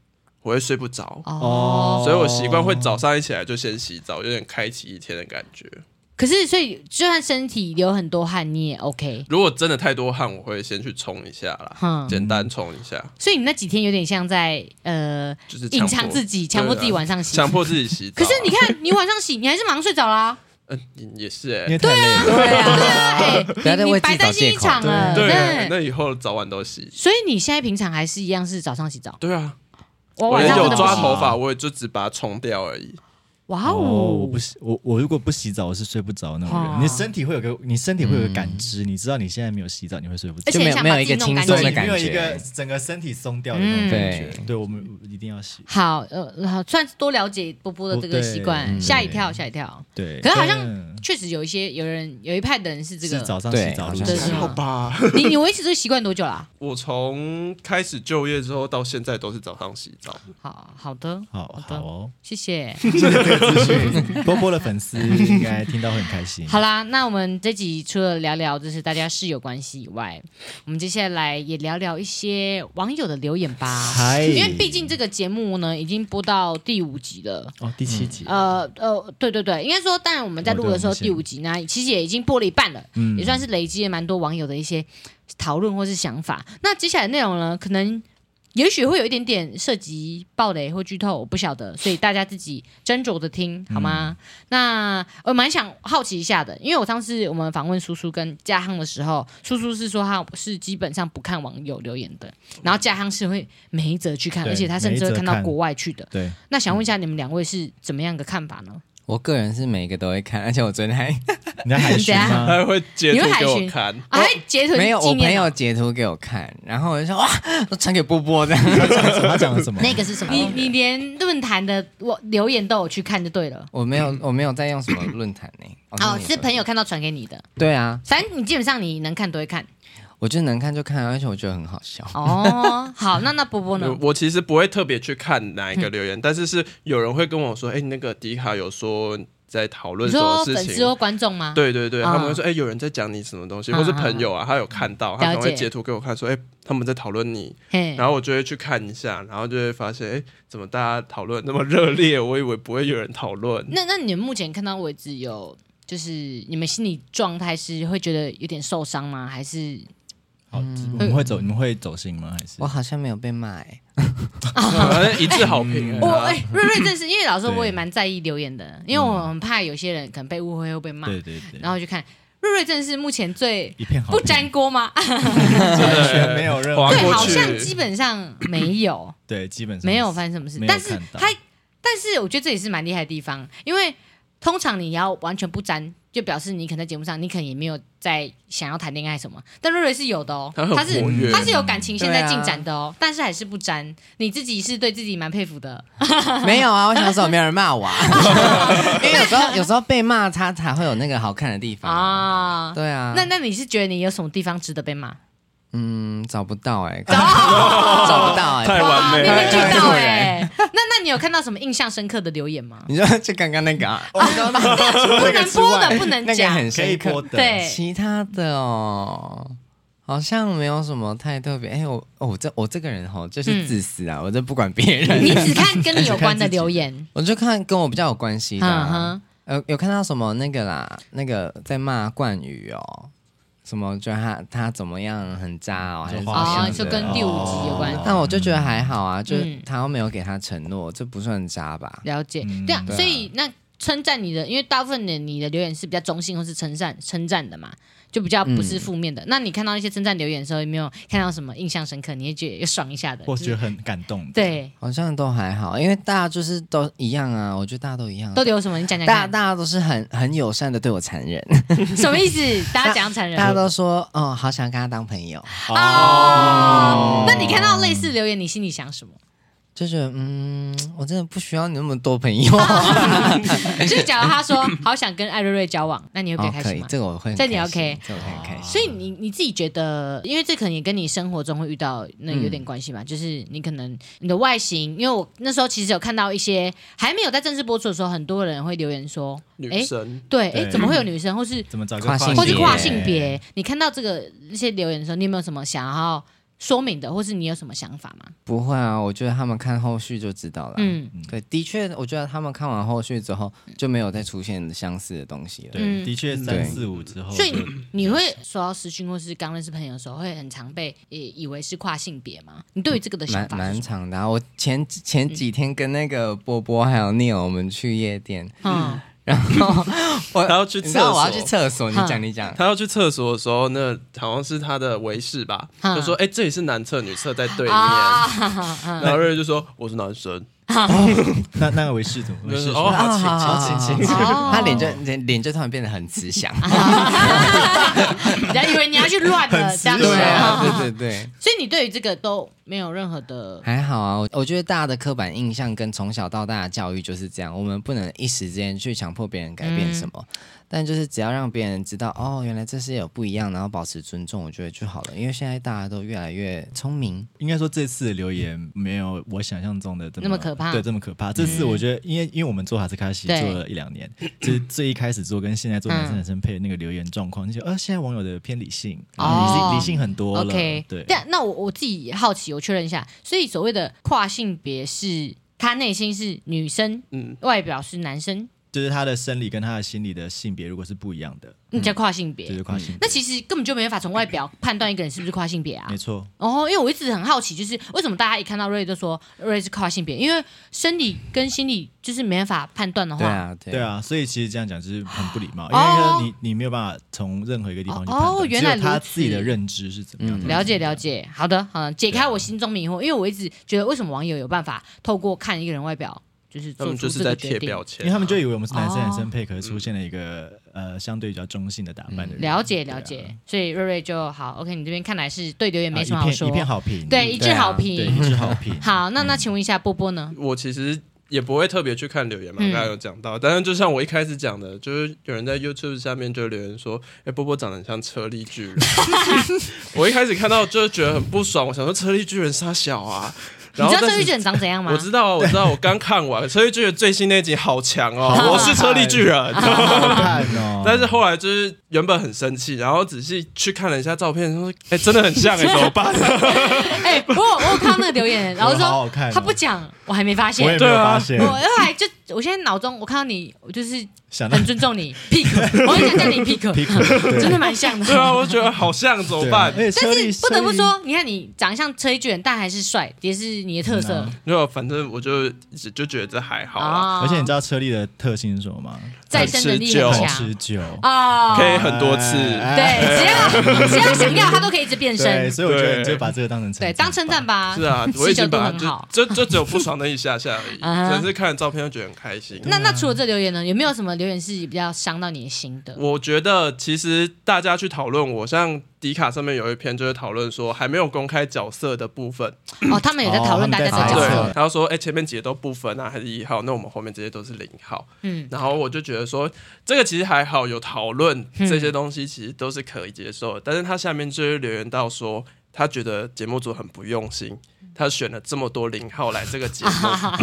S3: 我会睡不着，
S1: 哦，
S3: 所以我习惯会早上一起来就先洗澡，有点开启一天的感觉。
S1: 可是所以就算身体流很多汗，你也 OK。
S3: 如果真的太多汗，我会先去冲一下啦，
S1: 哼，
S3: 简单冲一下，
S1: 所以你那几天有点像在呃
S3: 就是
S1: 隐
S3: 迫
S1: 藏自己，
S3: 对啊
S1: 强迫自己晚上洗。
S3: 强迫自己洗
S1: 可
S3: 澡啊。
S1: 是你看，你晚上洗，你还是马上睡着啦。
S3: 嗯，你也是哎、
S4: 因为太累了。
S1: 对啊，对啊， 哎
S2: 不要再
S1: 你你
S2: 为自
S1: 白
S2: 己找
S1: 担心一
S2: 借口
S1: 场了。
S3: 对啊，
S1: 对，
S3: 那以后早晚都洗。
S1: 所以你现在平常还是一样是早上洗澡，
S3: 对啊，
S1: 我
S3: 我
S1: 晚
S3: 连
S1: 上
S3: 有
S1: 真的不
S3: 抓
S1: 洗
S3: 头发，我也就只把它冲掉而已。
S1: 哇
S4: 哦，我
S1: 哦
S4: 不，洗，我我如果不洗澡，我是睡不着那种人。
S1: 哦
S4: 你的身体会有个，你身体会有个感知，你知道你现在没有洗澡，你会睡不着
S1: 而。且
S2: 就没有
S1: 想
S2: 没有
S1: 把自
S2: 一
S1: 己
S2: 个
S1: 弄
S2: 轻
S1: 干
S2: 松
S1: 净
S2: 的。
S4: 没
S2: 感
S4: 有一
S2: 觉
S4: 个整个身体松掉的那种感觉。
S2: 嗯
S4: 对我们一定要洗。
S1: 好，呃，好，算是多了解波波的这个习惯，
S4: 对
S1: 吓一跳，吓一跳。
S4: 对，
S1: 可是好像
S4: 嗯
S1: 确实有一些有人有一派的人是这
S4: 是
S1: 个，
S4: 早上
S2: 对
S4: 洗澡路
S2: 好像
S4: 上
S1: 对
S2: 是
S4: 洗
S1: 是啊吗？
S3: 吧，
S1: 你你维持这个习惯多久啦？
S3: 我从开始就业之后到现在都是早上洗澡。
S1: 好好的，
S4: 好
S1: 的
S4: 好哦，
S1: 谢谢。
S4: 波波的粉丝应该听到会很开心。
S1: 好啦，那我们这集除了聊聊就是大家室友关系以外，我们接下来也聊聊一些网友的留言吧。
S4: 嗨，
S1: 因为毕竟这个节目呢已经播到第五集了，
S4: 哦第七集，
S1: 呃呃，对对对，应该说，当然我们在录的时候，
S4: 哦对
S1: 第
S4: 我
S1: 五
S4: 们
S1: 集呢，其实也已经播了一半了，
S4: 嗯
S1: 也算是累积了蛮多网友的一些讨论或是想法。那接下来的内容呢，可能也许会有一点点涉及暴雷或剧透，我不晓得，所以大家自己斟酌的听
S4: 嗯
S1: 好吗？那我蛮想好奇一下的，因为我上次我们访问苏苏跟嘉亨的时候，苏苏是说他是基本上不看网友留言的，然后嘉亨是会每一则去看，
S4: 对
S1: 而且他甚至
S4: 每
S1: 会
S4: 一则
S1: 看到
S4: 看
S1: 国外去的。
S4: 对，
S1: 那想问一下，你们两位是怎么样一个看法呢？
S2: 我个人是每一个都会看，而且我昨 天还
S4: 你在海巡吗？
S3: 他会截
S1: 你
S3: 图
S1: 会海
S3: 给我
S1: 巡
S3: 看，
S1: 啊，还截图
S2: 没有，
S1: 纪
S2: 我朋
S1: 念
S2: 友
S1: 哦
S2: 截图给我看，然后我就说哇，都传给波波这样。
S4: 他讲 了什么？
S1: 那个是什么？嗯你你连论坛的我留言都有去看就对了。
S2: 我没有，我没有在用什么论坛 呢。
S1: 哦，
S2: 跟你
S1: 是
S2: 说
S1: 朋友。看到传给你的，
S2: 对啊，
S1: 反正你基本上你能看都会看。
S2: 我就能看就看，而且我觉得很好笑。
S1: 哦，好，那那波波呢
S3: 我？我其实不会特别去看哪一个留言，但是
S1: 嗯
S3: 是有人会跟我说，哎、那个迪卡有说在讨
S1: 你
S3: 论什么
S1: 说
S3: 事
S1: 粉丝
S3: 情
S1: 或。观众吗？，
S3: 对对对，
S1: 啊
S3: 他们会说，哎、有人在讲你什么东西，
S1: 啊
S3: 或是朋友啊，他有看到，他可能
S1: 了
S3: 会
S1: 解
S3: 截图给我看，说，哎、他们在讨论你，
S1: 嘿
S3: 然，后我就会去看一下，然后就会发现，哎、怎么大家讨论那么热烈？我以为不会有人讨论，
S1: 那那你们目前看到为止有，就是你们心理状态是会觉得有点受伤吗？还是
S4: 好，
S1: 嗯
S4: 我们会走，你们会走心吗？还是
S2: 我好像没有被骂 哎、
S3: 反正一致好评、
S1: 我
S3: 啊
S1: 哎，瑞瑞真是，因为老师
S4: 对
S1: 我也蛮在意留言的，因为我很怕有些人可能被误会会被骂，
S4: 对对对，
S1: 然后就看瑞瑞真的是目前最
S4: 一片好
S1: 不
S4: 评，
S1: 粘锅吗？啊
S4: 完全没有任何
S3: 划
S1: 对，
S3: 过
S1: 好
S3: 去
S1: 像基本 上没有，
S4: 对，基本上
S1: 没有发生什么事
S4: 没。有
S1: 但是
S4: 看到
S1: 他，但是我觉得这也是蛮厉害的地方，因为通常你要完全不沾，就表示你可能在节目上，你可能也没有在想要谈恋爱什么。但瑞瑞是有的哦，
S3: 他很
S1: 他是
S3: 活跃
S1: 他是有感情现
S2: 对
S1: 在
S2: 啊
S1: 进展的哦，但是还是不沾。你自己是对自己蛮佩服的，
S2: 没有啊，我小时候没有人 骂我、啊，因为有时候有时候被骂他才会有那个好看的地方啊。
S1: 啊。
S2: 对啊，
S1: 那那你是觉得你有什么地方值得被骂？
S2: 嗯找不到哎、 找不到哎、
S3: 太完美
S1: 你
S3: 了
S1: 没遇
S2: 太
S1: 到
S2: 过人
S1: 哎、那那你有看到什么印象深刻的留言吗？
S2: 你说就刚刚那个啊，
S3: 哦
S2: 我们刚刚
S1: 不啊能播的，不能
S2: 那个
S1: 讲。
S2: 很
S4: 可以
S2: 深刻
S4: 播。的，
S1: 对
S2: 其他的哦，好像没有什么太特别。哎、我哦，我这我这个人哦，就是自私啊，我就不管别
S1: 嗯你
S2: 人，
S1: 只看跟你有关的留言，
S2: 我就看跟我比较有关系的、
S1: 嗯
S2: 啊。
S1: 哼，
S2: 有有看到什么那个啦，那个在骂冠宇哦，什么就他他怎么样很渣哦，还是怎么
S1: 哦，
S2: 样
S1: 就
S2: 的
S1: 跟第五集有关
S4: 哦，
S2: 但我就觉得还好啊，就
S1: 嗯
S2: 他又没有给他承诺，这不算渣吧？
S1: 了解，
S4: 嗯
S1: 对啊，
S2: 对啊
S1: 所以那称赞你的，因为大部分的你的留言是比较中性或是称赞称赞的嘛，就比较不是负面的。
S2: 嗯
S1: 那你看到一些称赞留言的时候，有没有看到什么印象深刻？你会觉得有爽一下的？就
S4: 我
S1: 是
S4: 觉得很感动。，
S1: 对，
S2: 好像都还好，因为大家就是都一样啊，我觉得大家都一样啊，
S1: 都留什么？你讲讲
S2: 大家
S1: 看，
S2: 大家都是很很友善的对我残忍，
S1: 什么意思？大家讲残忍
S2: 大家都说哦，好想跟他当朋友，
S1: 哦。那你看到类似留言，你心里想 什么？
S2: 就觉得嗯，我真的不需要你那么多朋友，
S1: 啊就是假如他说好想跟艾瑞瑞交往，那你会比较
S2: 哦
S1: 开
S2: 可
S1: 心
S2: 以，
S1: 吗？
S2: 这个我会很
S1: 这你
S2: 开心
S1: OK
S2: 这我会很开心。
S1: 所以你你自己觉得，因为这可能也跟你生活中会遇到那有点关系嘛，就是你可能你的外形，因为我那时候其实有看到一些还没有在正式播出的时候，很多人会留言说，
S3: 女
S1: 哎，
S3: 生
S1: 对，哎，
S4: 对
S1: 怎么会有女生，或是
S4: 怎么找个
S2: 跨性
S1: 或是
S2: 别
S1: 跨性别？你看到这个一些留言的时候，你有没有什么想要说明的，或是你有什么想法吗？
S2: 不会啊，我觉得他们看后续就知道了。
S1: 嗯
S2: 对，的确，我觉得他们看完后续之后就没有再出现相似的东西了。
S1: 嗯
S4: 对，的确
S2: 对
S4: 三四五之后就，
S1: 所以你会收到私讯或是刚认识朋友的时候，会很常被以以为是跨性别吗？你对于这个的想
S2: 蛮
S1: 法是
S2: 蛮
S1: 什么？
S2: 长的、啊，我前前几天跟那个波波还有 Neil 我们去夜 店，
S1: 嗯，
S2: 然后我
S3: 他要去
S2: 你
S3: 厕
S2: 知道我
S3: 所
S2: 要去厕所，你讲你讲，
S3: 他要去厕所的时候，那好像是他的维士吧，
S1: 嗯
S3: 就说：“哎、这里是男厕女厕在对面。
S1: 啊，嗯哈 哈哈
S3: 然后瑞瑞就说：“我是男生。
S4: 那那个维氏怎么
S3: 就
S4: 回
S3: 是
S4: 事？”
S3: 哦，好亲
S2: 啊
S3: 好亲亲亲。
S1: 哦
S2: 他脸就脸脸就突然变得 很啊 慈祥，
S4: 啊
S1: 啊人家以为你要去乱了，
S4: 很
S1: 这样子
S2: 对
S1: 哦
S2: 啊，对对对，
S1: 所以你对于这个都没有任何的，
S2: 还好啊，我我觉得大家的刻板印象跟从小到大的教育就是这样，我们不能一时之间去强迫别人改变什么，
S1: 嗯
S2: 但就是只要让别人知道哦，原来这是有不一样，然后保持尊重，我觉得就好了，因为现在大家都越来越聪明，
S4: 应该说这次的留言没有我想象中的这
S1: 那么可怕嗯
S4: 对，这么可怕。这次我觉得，因为因为我们做哈斯卡西
S1: 对
S4: 做了一两年，就是最一开始做跟现在做
S1: 嗯
S4: 男生男生配的那个留言状况，就觉得呃，现在网友的偏理性，然后理
S1: 哦
S4: 性理性很多了。
S1: OK，
S4: 对，
S1: 但那我我自己好奇，我确认一下，所以所谓的跨性别是他内心是女生，
S3: 嗯，
S1: 外表是男生，
S4: 就是他的生理跟他的心理的性别如果是不一样的，
S1: 你叫跨性
S4: 就是
S1: 别。
S4: 跨性别。
S1: 那其实根本就没法从外表判断一个人是不是跨性别啊
S4: 没。错，
S1: 哦，因为我一直很好奇，就是为什么大家一看到瑞就说瑞是跨性别，因为生理跟心理就是没办法判断的
S2: 对
S1: 话。
S2: 啊，对
S4: 对啊，所以其实这样讲就是很不礼貌，因
S1: 哦
S4: 为你你没有办法从任何一个地方去
S1: 哦
S4: 判断，
S1: 哦原来
S4: 只有他
S1: 如此
S4: 自己的认知是怎么
S3: 嗯
S4: 样的。
S1: 了解了解，好的，好，解开我心中迷惑，因为我一直觉得为什么网友有办法透过看一个人外表，就是
S3: 他
S1: 做
S3: 们
S1: 出
S3: 就是
S1: 这
S3: 在
S1: 个决
S3: 贴
S1: 定。
S3: 标签啊、
S4: 因为他们就以为我们是男生
S1: 哦
S4: 男生配，可是出现了一个呃相对比较中性的打扮的
S1: 嗯
S4: 人。
S1: 了解
S4: 对啊
S1: 了解，所以瑞瑞就好，OK，你这边看来是对留言
S4: 啊
S1: 没什么好说，
S4: 一片一片好评，
S1: 对一
S2: 对
S1: 致
S2: 啊
S1: 好
S4: 对
S1: 评。
S4: 一致好评。
S1: 好，那那请问一下波波呢？
S3: 我其实也不会特别去看留言嘛，
S1: 嗯
S3: 刚刚有讲到。但是就像我一开始讲的，就是有人在 YouTube 下面就留言说：“哎、波波长得很像车力巨 人。” 我一开始看到就是觉得很不爽，我想说车力巨人傻小啊。
S1: 你
S3: 然
S1: 知
S3: 后
S1: 道
S3: 但
S1: 这
S3: 是
S1: 一卷长怎样吗？
S3: 我知道啊，我知道，我刚看完《车力巨人》最新那集，好强哦！ 我是车力巨人。
S4: 好看哦
S3: 但是后来就是原本很生气，然后仔细去看了一下照片，说：“哎、真的很像哎、怎 么办
S1: 哎，我有我有看到那个留言，然后
S4: 好
S1: 说
S4: 好看哦
S1: 他不讲，我还没发现
S4: 我。也没
S3: 啊
S4: 有发现
S1: 我，后来就，我现在脑中我看到你，我 就是
S4: 想到
S1: 很尊重你，pick，我很想叫你 pick，真 的蛮像？”
S3: 对
S1: 的。
S3: 啊，我觉得好像，怎么办？
S4: 但
S1: 但是不得不，说，你看你长相车一卷，但还是帅，也是你的特色
S3: 就反正我就就觉得这还好啦。
S1: 啊。
S4: 而且你知道车力的特性是什么吗？
S1: 再生能力
S3: 很
S1: 很
S4: 很
S1: 强
S4: 持久，哦
S1: 啊。
S3: 可以很多次
S4: 哎
S1: 对，只要只要想要，他都可以一直变
S4: 对，
S1: 身。
S4: 所以我觉得
S3: 对
S4: 你就把这个当成称
S1: 对，当称赞吧。
S3: 是 啊，我已
S1: 持久
S3: 经
S1: 度
S3: 把
S1: 很
S3: 它
S1: 好。
S3: 就就就只有不爽那一下下 而
S1: 啊哈
S3: 已，只是看了照片就觉得很开心。
S1: 那那除了这留言呢，有没有什么留言是比较伤到你的心的？
S3: 我觉得其实大家去讨论我，像迪卡上面有一篇就是讨论说还没有公开角色的部分，
S1: 哦，他们也在讨论大家的
S4: 哦
S1: 角
S4: 他们在讨
S1: 色
S4: 论
S3: 对，，他说哎、前面几个都不分啊，还是一号，那我们后面这些都是零号，
S1: 嗯，
S3: 然后我就觉得说这个其实还好，有讨论
S1: 嗯
S3: 这些东西其实都是可以接受的，但是他下面就是留言到说他觉得节目组很不用心，他选了这么多零号来这个 节目，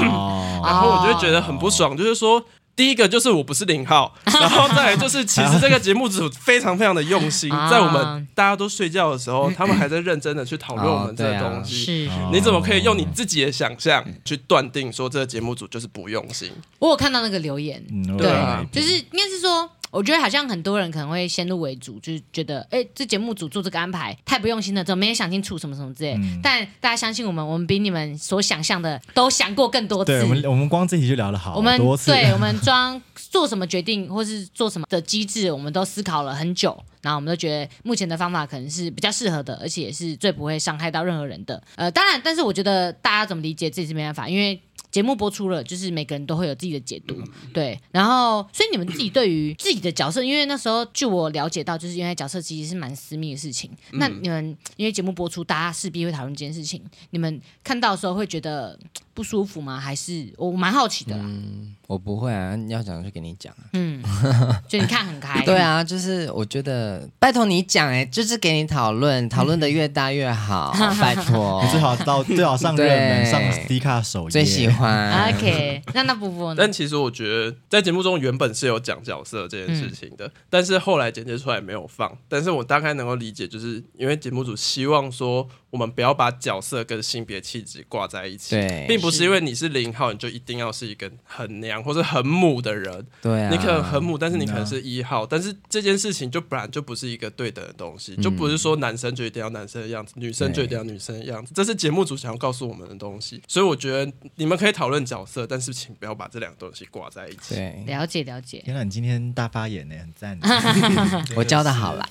S4: 哦，
S3: 然后我就觉得很不爽，就是说。第一个就是我不是零号，然后再来就是其实这个节目组非常非常的用 心
S1: 啊，嗯
S3: 在我们大家都睡觉的时候，他们还在认真的去讨论我
S2: 哦
S3: 们这
S2: 对
S3: 个
S2: 啊
S3: 东西。
S1: 是，
S4: 哦
S3: 你怎么可以用你自己的想象去断定说这个节目组就是不用心？
S1: 我有看到那个留言，
S4: 嗯我
S1: 对啊
S4: 懂
S3: 啊
S4: 了，
S1: 就是应该是说。我觉得好像很多人可能会先入为主，就是觉得，哎、这节目组做这个安排太不用心了，怎么没想清楚什么什么之类。
S4: 嗯
S1: 但大家相信我们，我们比你们所想象的都想过更多次。
S4: 对我们我们光这题就聊了好
S1: 我们
S4: 多次，
S1: 对我们装做什么决定或是做什么的机制，我们都思考了很久，然后我们都觉得目前的方法可能是比较适合的，而且也是最不会伤害到任何人的。呃，当然，但是我觉得大家怎么理解这也是没办法，因为。节目播出了，就是每个人都会有自己的解读，
S4: 嗯
S1: 对。然后，所以你们自己对于自己的角色，因为那时候据我了解到，就是原来角色其实是蛮私密的事情。
S4: 嗯
S1: 那你们因为节目播出，大家势必会讨论这件事情，你们看到的时候会觉得不舒服吗？还是我蛮好奇的啦。
S2: 我不会啊，你要讲就给你讲啊，
S1: 嗯，就你看很开。
S2: 对，啊，就是我觉得拜托你讲哎、就是给你讨论，讨论的越大 越好，拜托
S1: 哦
S4: 你，最好到最好上热门，
S2: 对
S4: 上 D 卡首页，
S2: 最喜欢
S1: 啊 OK，那那不不呢
S3: 但？其实我觉得在节目中原本是有讲角色这件事情的，但是后来剪接出来没有放。但是我大概能够理解，就是因为节目组希望说我们不要把角色跟性别气质挂在一起。
S2: 对
S3: 并不是
S1: 是
S3: 因为你是零号，你就一定要是一个很娘或者很母的人。
S2: 对啊，
S3: 你可能很母，但是你可
S4: 哎嗯
S3: 能
S4: 啊
S3: 是一号，但是这件事情就本来就不是一个对等的东
S4: 嗯
S3: 西，就不是说男生就一定要男生的样子，女生就一定要女生的样子，这是节目组想要告诉我们的东西。所以我觉得你们可以讨论角色，但是请不要把这两个东西挂在一起。
S2: 对，
S1: 了解了解。
S4: 天哪，你今天大发言呢，很 赞。
S2: 我教的好啦。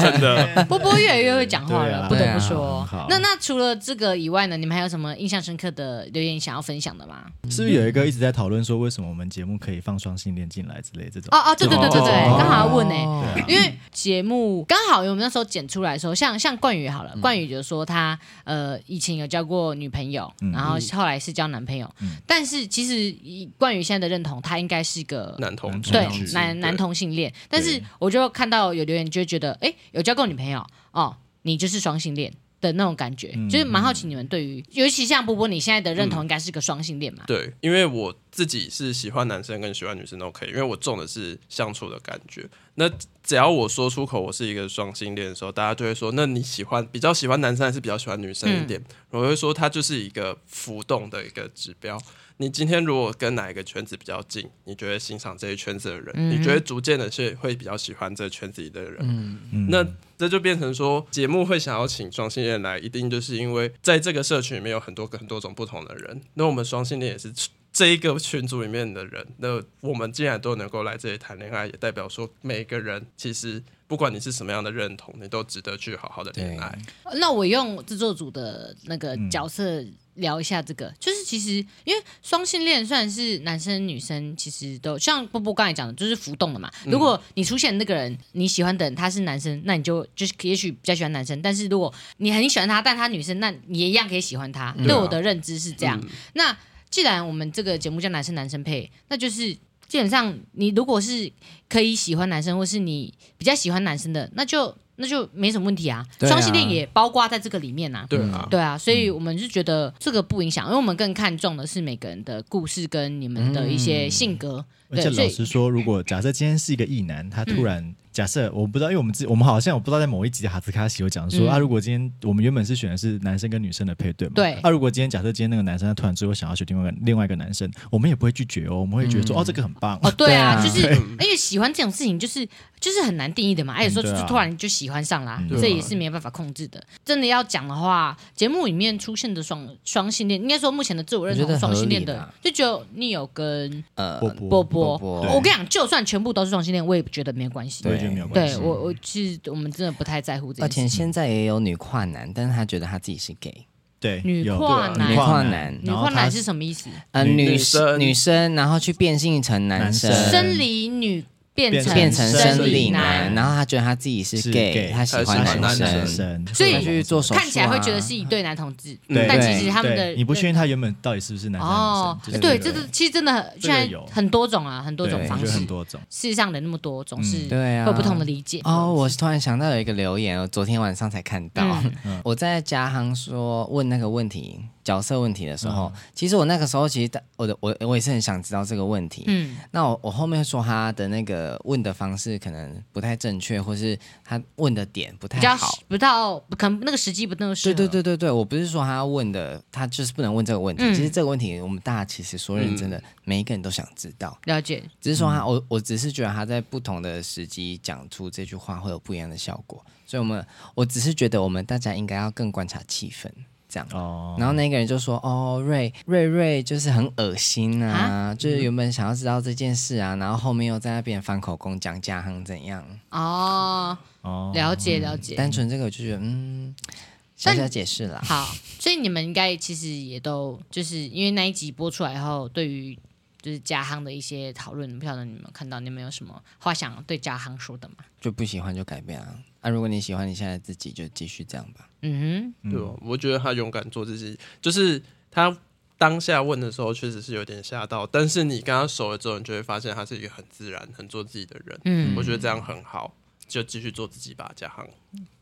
S3: 真的，
S1: 波波越来越会讲话
S4: 对
S1: 了，
S4: 啊
S1: 不得
S2: 对啊
S1: 不说
S4: 很好。
S1: 那那除了这个以外呢，你们还有什么印象深刻的留言想要分享的吗？
S4: 是不是有一个一直在讨论说为什么我们节目可以放双性恋进来之类这种？
S1: 哦哦，对对对对对，
S2: 啊
S4: 哦
S1: 刚好要问呢、欸
S4: 对啊
S1: 因为节目刚好我们那时候剪出来的时候，像像冠宇好了，冠宇就说他呃以前有交过女朋友，
S4: 嗯
S1: 然后后来是交男朋友，但是其实以冠宇现在的认同，他应该是个
S3: 男同志
S1: 对
S4: 同志
S1: 男男同性恋，但是
S4: 对
S1: 我就看到有留言就会觉得，哎，有交过女朋友哦，你就是双性恋。的那种感觉，
S4: 嗯
S1: 就是蛮好奇你们对于，尤其像波波，你现在的认同应该是个双性恋嘛？
S3: 对，因为我自己是喜欢男生跟喜欢女生都可以，因为我重的是相处的感觉。那只要我说出口我是一个双性恋的时候，大家就会说：那你喜欢比较喜欢男生还是比较喜欢女生一点？我会说它就是一个浮动的一个指标。你今天如果跟哪一个圈子比较近，你觉得欣赏这些圈子的人，你觉得逐渐的是会比较喜欢这圈子里的人。
S4: 嗯
S3: 那这就变成说，节目会想要请双性恋来，一定就是因为在这个社群里面有很多个很多种不同的人。那我们双性恋也是这一个群组里面的人。那我们既然都能够来这里谈恋爱，也代表说每个人其实不管你是什么样的认同，你都值得去好好的恋爱。
S1: 那我用制作组的那个
S2: 嗯
S1: 角色聊一下这个，就是其实因为双性恋虽然是男生女生，其实都像波波刚才讲的，就是浮动的嘛。如果你出现那个人你喜欢的人他是男生，那你就就是也许比较喜欢男生；但是如果你很喜欢他，但他女生，那你也一样可以喜欢他。
S2: 嗯啊
S1: 对我的认知是这样。那既然我们这个节目叫男生男生配，那就是。基本上，你如果是可以喜欢男生，或是你比较喜欢男生的，那就那就没什么问题啊。
S2: 对啊
S1: 双性恋也包括在这个里面呐、
S3: 对啊，
S1: 对啊，所以我们是觉得这个不影响，因为我们更看重的是每个人的故事跟你们的一些性格。
S4: 而且
S1: 对，所
S4: 老
S1: 以嗯
S4: 实说，如果假设今天是一个异男，他突然、假设我不知道，因为我们自我们好像我不知道在某一集的哈斯卡西有讲
S1: 嗯
S4: 说、啊，如果今天我们原本是选的是男生跟女生的配对嘛，
S1: 对
S4: 啊，如果今天假设今天那个男生他突然最后想要选另外一个另外一个男生，我们也不会拒绝哦，我们会觉得说、哦这个很棒，
S1: 哦，对啊，
S2: 对啊
S1: 就是而且喜欢这种事情就是就是很难定义的嘛，哎而且说
S4: 嗯对啊
S1: 就突然就喜欢上啦，
S4: 嗯
S3: 对啊
S1: 这也是没有办法控制的。真的要讲的话，节目里面出现的双双性恋，应该说目前的自我认
S2: 我觉
S1: 同
S2: 得合
S1: 双
S2: 理
S1: 性恋的
S2: 啦，
S1: 就只有你有跟
S2: 呃，
S4: 波波
S1: 波波。
S2: 波波
S1: 我跟你讲，就算全部都是双性恋，我也觉得没有关系。
S4: 我也觉得没有关
S1: 对
S4: 系，
S1: 我，我其实我们真的不太在乎这
S2: 而
S1: 件事
S2: 且现在也有女跨男，但是他觉得他自己是 gay，
S4: 对
S1: 女
S4: 有
S1: 跨
S4: 对
S1: 男
S4: 女
S2: 跨
S4: 跨
S2: 男
S1: 女
S4: 然后
S1: 跨
S4: 他
S1: 男是什么意思？
S2: 呃，
S4: 女
S2: 女
S3: 女生
S2: 女生，然后去变性成男生，
S4: 男生
S1: 生理女变成
S2: 变成生
S1: 生
S2: 理
S1: 理
S2: 男，
S1: 男，
S2: 然后他觉得他自己是
S4: 是
S2: gay，
S4: gay，
S2: 他喜
S3: 他
S2: 欢
S3: 喜
S2: 男
S3: 欢男
S2: 生，
S4: 生，
S1: 所以
S2: 他去做手术啊，
S1: 看起来会觉得是一对男同志，
S2: 嗯
S1: 嗯
S4: 对
S1: 但其实他们的
S4: 对你不确定他原本到底是不是男生
S1: 哦
S4: 还是女生，，
S1: 对，这
S4: 这个
S1: 个其实真的
S4: 这
S1: 现在
S4: 个有
S1: 很多种啊，很多种
S2: 对
S1: 方
S4: 我觉
S1: 式
S4: 得，很多种，
S1: 世界上人那么多，总是
S4: 嗯
S2: 对啊，
S1: 会有不同的理解。
S2: 哦，我突然想到有一个留言，我昨天晚上才看到。
S1: 嗯
S2: 我在嘉航说问那个问题角色问题的时候，其实我那个时候其实大我的我我也是很想知道这个问题。
S1: 嗯，
S2: 那我我后面说他的那个问的方式可能不太正确，或是他问的点不
S1: 比
S2: 太
S1: 较
S2: 哎好。
S1: 不到，可能那个时机不那么适
S2: 对
S1: 合。
S2: 对对对对，我不是说他问的，他就是不能问这个问题。
S1: 嗯
S2: 其实这个问题，我们大家其实说认真的，每一个人都想知道。
S1: 了解，
S2: 只是说他，我我只是觉得他在不同的时机讲出这句话会有不一样的效果，所以我们我只是觉得我们大家应该要更观察气氛，这样。
S4: 哦，
S2: 然后那个人就说：“哦，瑞瑞瑞就是很恶心啊，就是原本想要知道这件事啊，然后后面又在那边反口供讲家亨怎样，
S1: 哦，
S4: 哦，
S1: 了解了解。
S2: 单纯这个我就觉得嗯，小小解释啦，
S1: 好，所以你们应该其实也都就是因为那一集播出来后，对于就是嘉亨的一些讨论，不晓得你们有看到你们有什么话想对嘉亨说的吗？
S2: 就不喜欢就改变啊。啊，如果你喜欢你现在自己，就继续这样吧。
S1: 嗯
S3: 对吧？我觉得他勇敢做自己，就是他当下问的时候确实是有点吓到，但是你跟他熟了之后，你就会发现他是一个很自然、很做自己的人。
S1: 哼，嗯，
S3: 我觉得这样很好，就继续做自己吧，嘉航。
S1: 了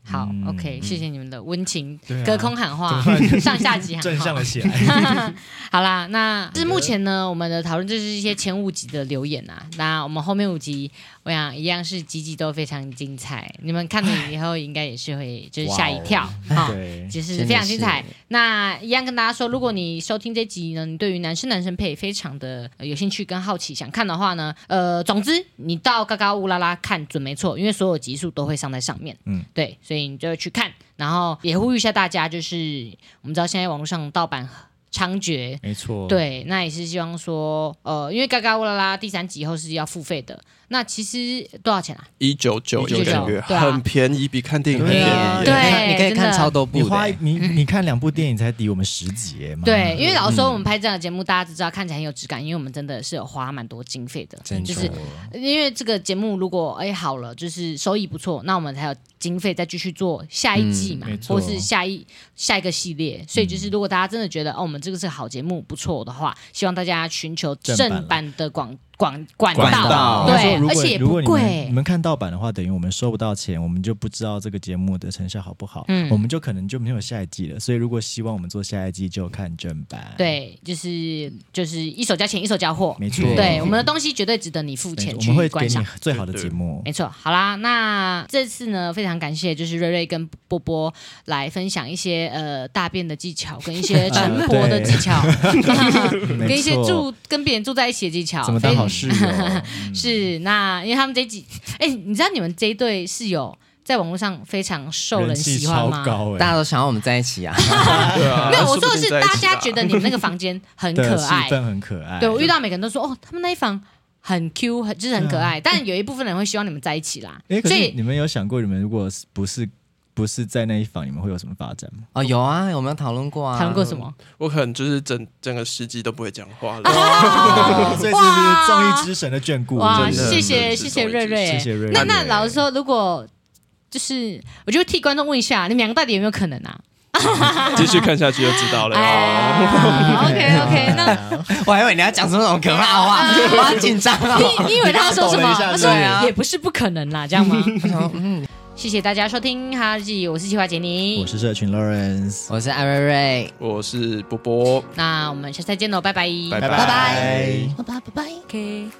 S1: 好、o k 谢谢你们的温情、
S4: 嗯对啊
S1: 隔空喊 话，
S4: 怎么办
S1: 上下级喊
S4: 正
S1: 话
S4: 向了。起来。
S1: 好啦，那这是目前呢，我们的讨论就是一些前五集的留言啊。那我们后面五集，我想一样是集集都非常精彩，你们看了以后应该也是会就是吓一跳啊。
S4: 哦对，
S1: 就是
S2: 真的
S1: 非常精彩
S2: 是。
S1: 那一样跟大家说，如果你收听这集呢，你对于男生男生配非常的呃有兴趣跟好奇，想看的话呢，呃，总之你到嘎嘎乌拉拉看准没错，因为所有集数都会上在上面。嗯
S4: 嗯，
S1: 对，所以你就去看，然后也呼吁一下大家，就是我们知道现在网络上盗版猖獗，
S4: 没
S2: 哦
S4: 错，，
S1: 对，那也是希望说，呃，因为嘎嘎乌拉拉第三集以后是要付费的，那其实多少钱啊？
S3: 一九九一个
S1: 对
S3: 月，
S1: 啊
S3: 很便宜，比看电影
S2: 很
S3: 还
S2: 便
S3: 便
S2: 宜
S3: 宜。
S1: 对啊
S2: 你可以看你可以
S1: 真的
S2: 看超多部
S4: 你
S2: 的，欸
S4: 花你你看两部电影才抵我们十节嘛？
S1: 对，，因为老实
S4: 嗯
S1: 说，我们拍这样的节目，大家只知道看起来很有质感，因为我们真的是有花蛮多经费的，
S2: 真
S1: 就
S2: 的
S1: 是因为这个节目如果哎好了，就是收益不错，那我们才有经费再继续做下一季嘛，
S4: 嗯没错嗯
S1: 或是下一下一个系列。所以就是，如果大家真的觉得哦，我们这个是好节目不错的话，希望大家寻求
S4: 正版
S1: 正版的广广管
S2: 管
S1: 道，
S2: 道
S1: 对，
S4: 如
S1: 而
S4: 果
S1: 且也
S4: 如
S1: 不
S4: 果你们你
S1: 贵。
S4: 们看盗版的话，等于我们收不到钱，我们就不知道这个节目的成效好不好，
S1: 嗯
S4: 我们就可能就没有下一季了。所以如果希望我们做下一季，就看正版。，
S1: 对，就是就是一手交钱一手交货，
S4: 没错。
S1: 对，我们的东西绝对值得你付钱
S4: 我
S1: 去
S4: 们会给
S1: 观
S4: 你
S1: 赏。
S4: 最好的节目。
S1: 没错，好啦，那这次呢，非常感谢就是瑞瑞跟波波来分享一些呃大便的技巧，跟一 些晨勃的技巧，跟一些
S4: 啊没错
S1: 住跟别人住在一起的技巧
S4: 怎。么当好 室友？
S1: 非是那，因为他们这几，哎、你知道你们这一对室友在网络上非常受人
S4: 人气
S1: 喜欢
S4: 超
S1: 吗？
S4: 高
S2: 大
S4: 哎，
S2: 家都想要我们在 一起啊，
S3: 对啊，
S1: 没有，我说
S3: 说不
S1: 的
S3: 定
S1: 是
S3: 在一
S1: 大
S3: 起
S1: 家
S3: 啊
S1: 觉得你们那个房间很
S4: 对
S1: 可
S4: 气
S1: 爱，
S4: 氛很可 爱。
S1: 对我遇到每个人都说哦，他们那一房很 Q，很就是很可爱，但有一部分人会希望你们在一起啦，
S4: 啊哎，可
S1: 所
S4: 是
S1: 以
S4: 你们有想过，你们如果是不是不是在那一房，你们会有什么发展吗？
S2: 哦，有啊，我们有讨论过啊，
S1: 讨论过什？么？
S3: 我可能就是整整个世纪都不会讲话了。
S4: 所啊以是不是综艺之神的眷顾？
S1: 哦哇，
S3: 真的
S1: 谢谢
S3: 真的是
S1: 谢
S3: 这
S1: 谢
S3: 么一
S1: 瑞
S3: 致
S1: 瑞，
S4: 谢谢瑞瑞
S1: 那那老实说，如果就是，我就替观众问一下，你们两个到底有没有可能啊？
S3: 继续看下去就知道了。
S4: 哦
S1: 哎，OK OK，那
S2: 我还以为你要讲什么可 怕的话， 我好紧张啊。
S1: 你你以为他要说什么？
S4: 你刚
S1: 他
S4: 刚抖了一下
S1: 说
S4: 对啊
S1: 也不是不可能啦，这样 吗？嗯谢谢大家收听《哈日记》，我是计划杰尼
S4: 我，是社群 Lawrence，
S2: 我是艾瑞瑞，
S3: 我是波波，
S1: 那我们下次再见喽，拜拜，
S3: 拜
S4: 拜
S3: 拜
S2: 拜。
S1: 拜拜，OK。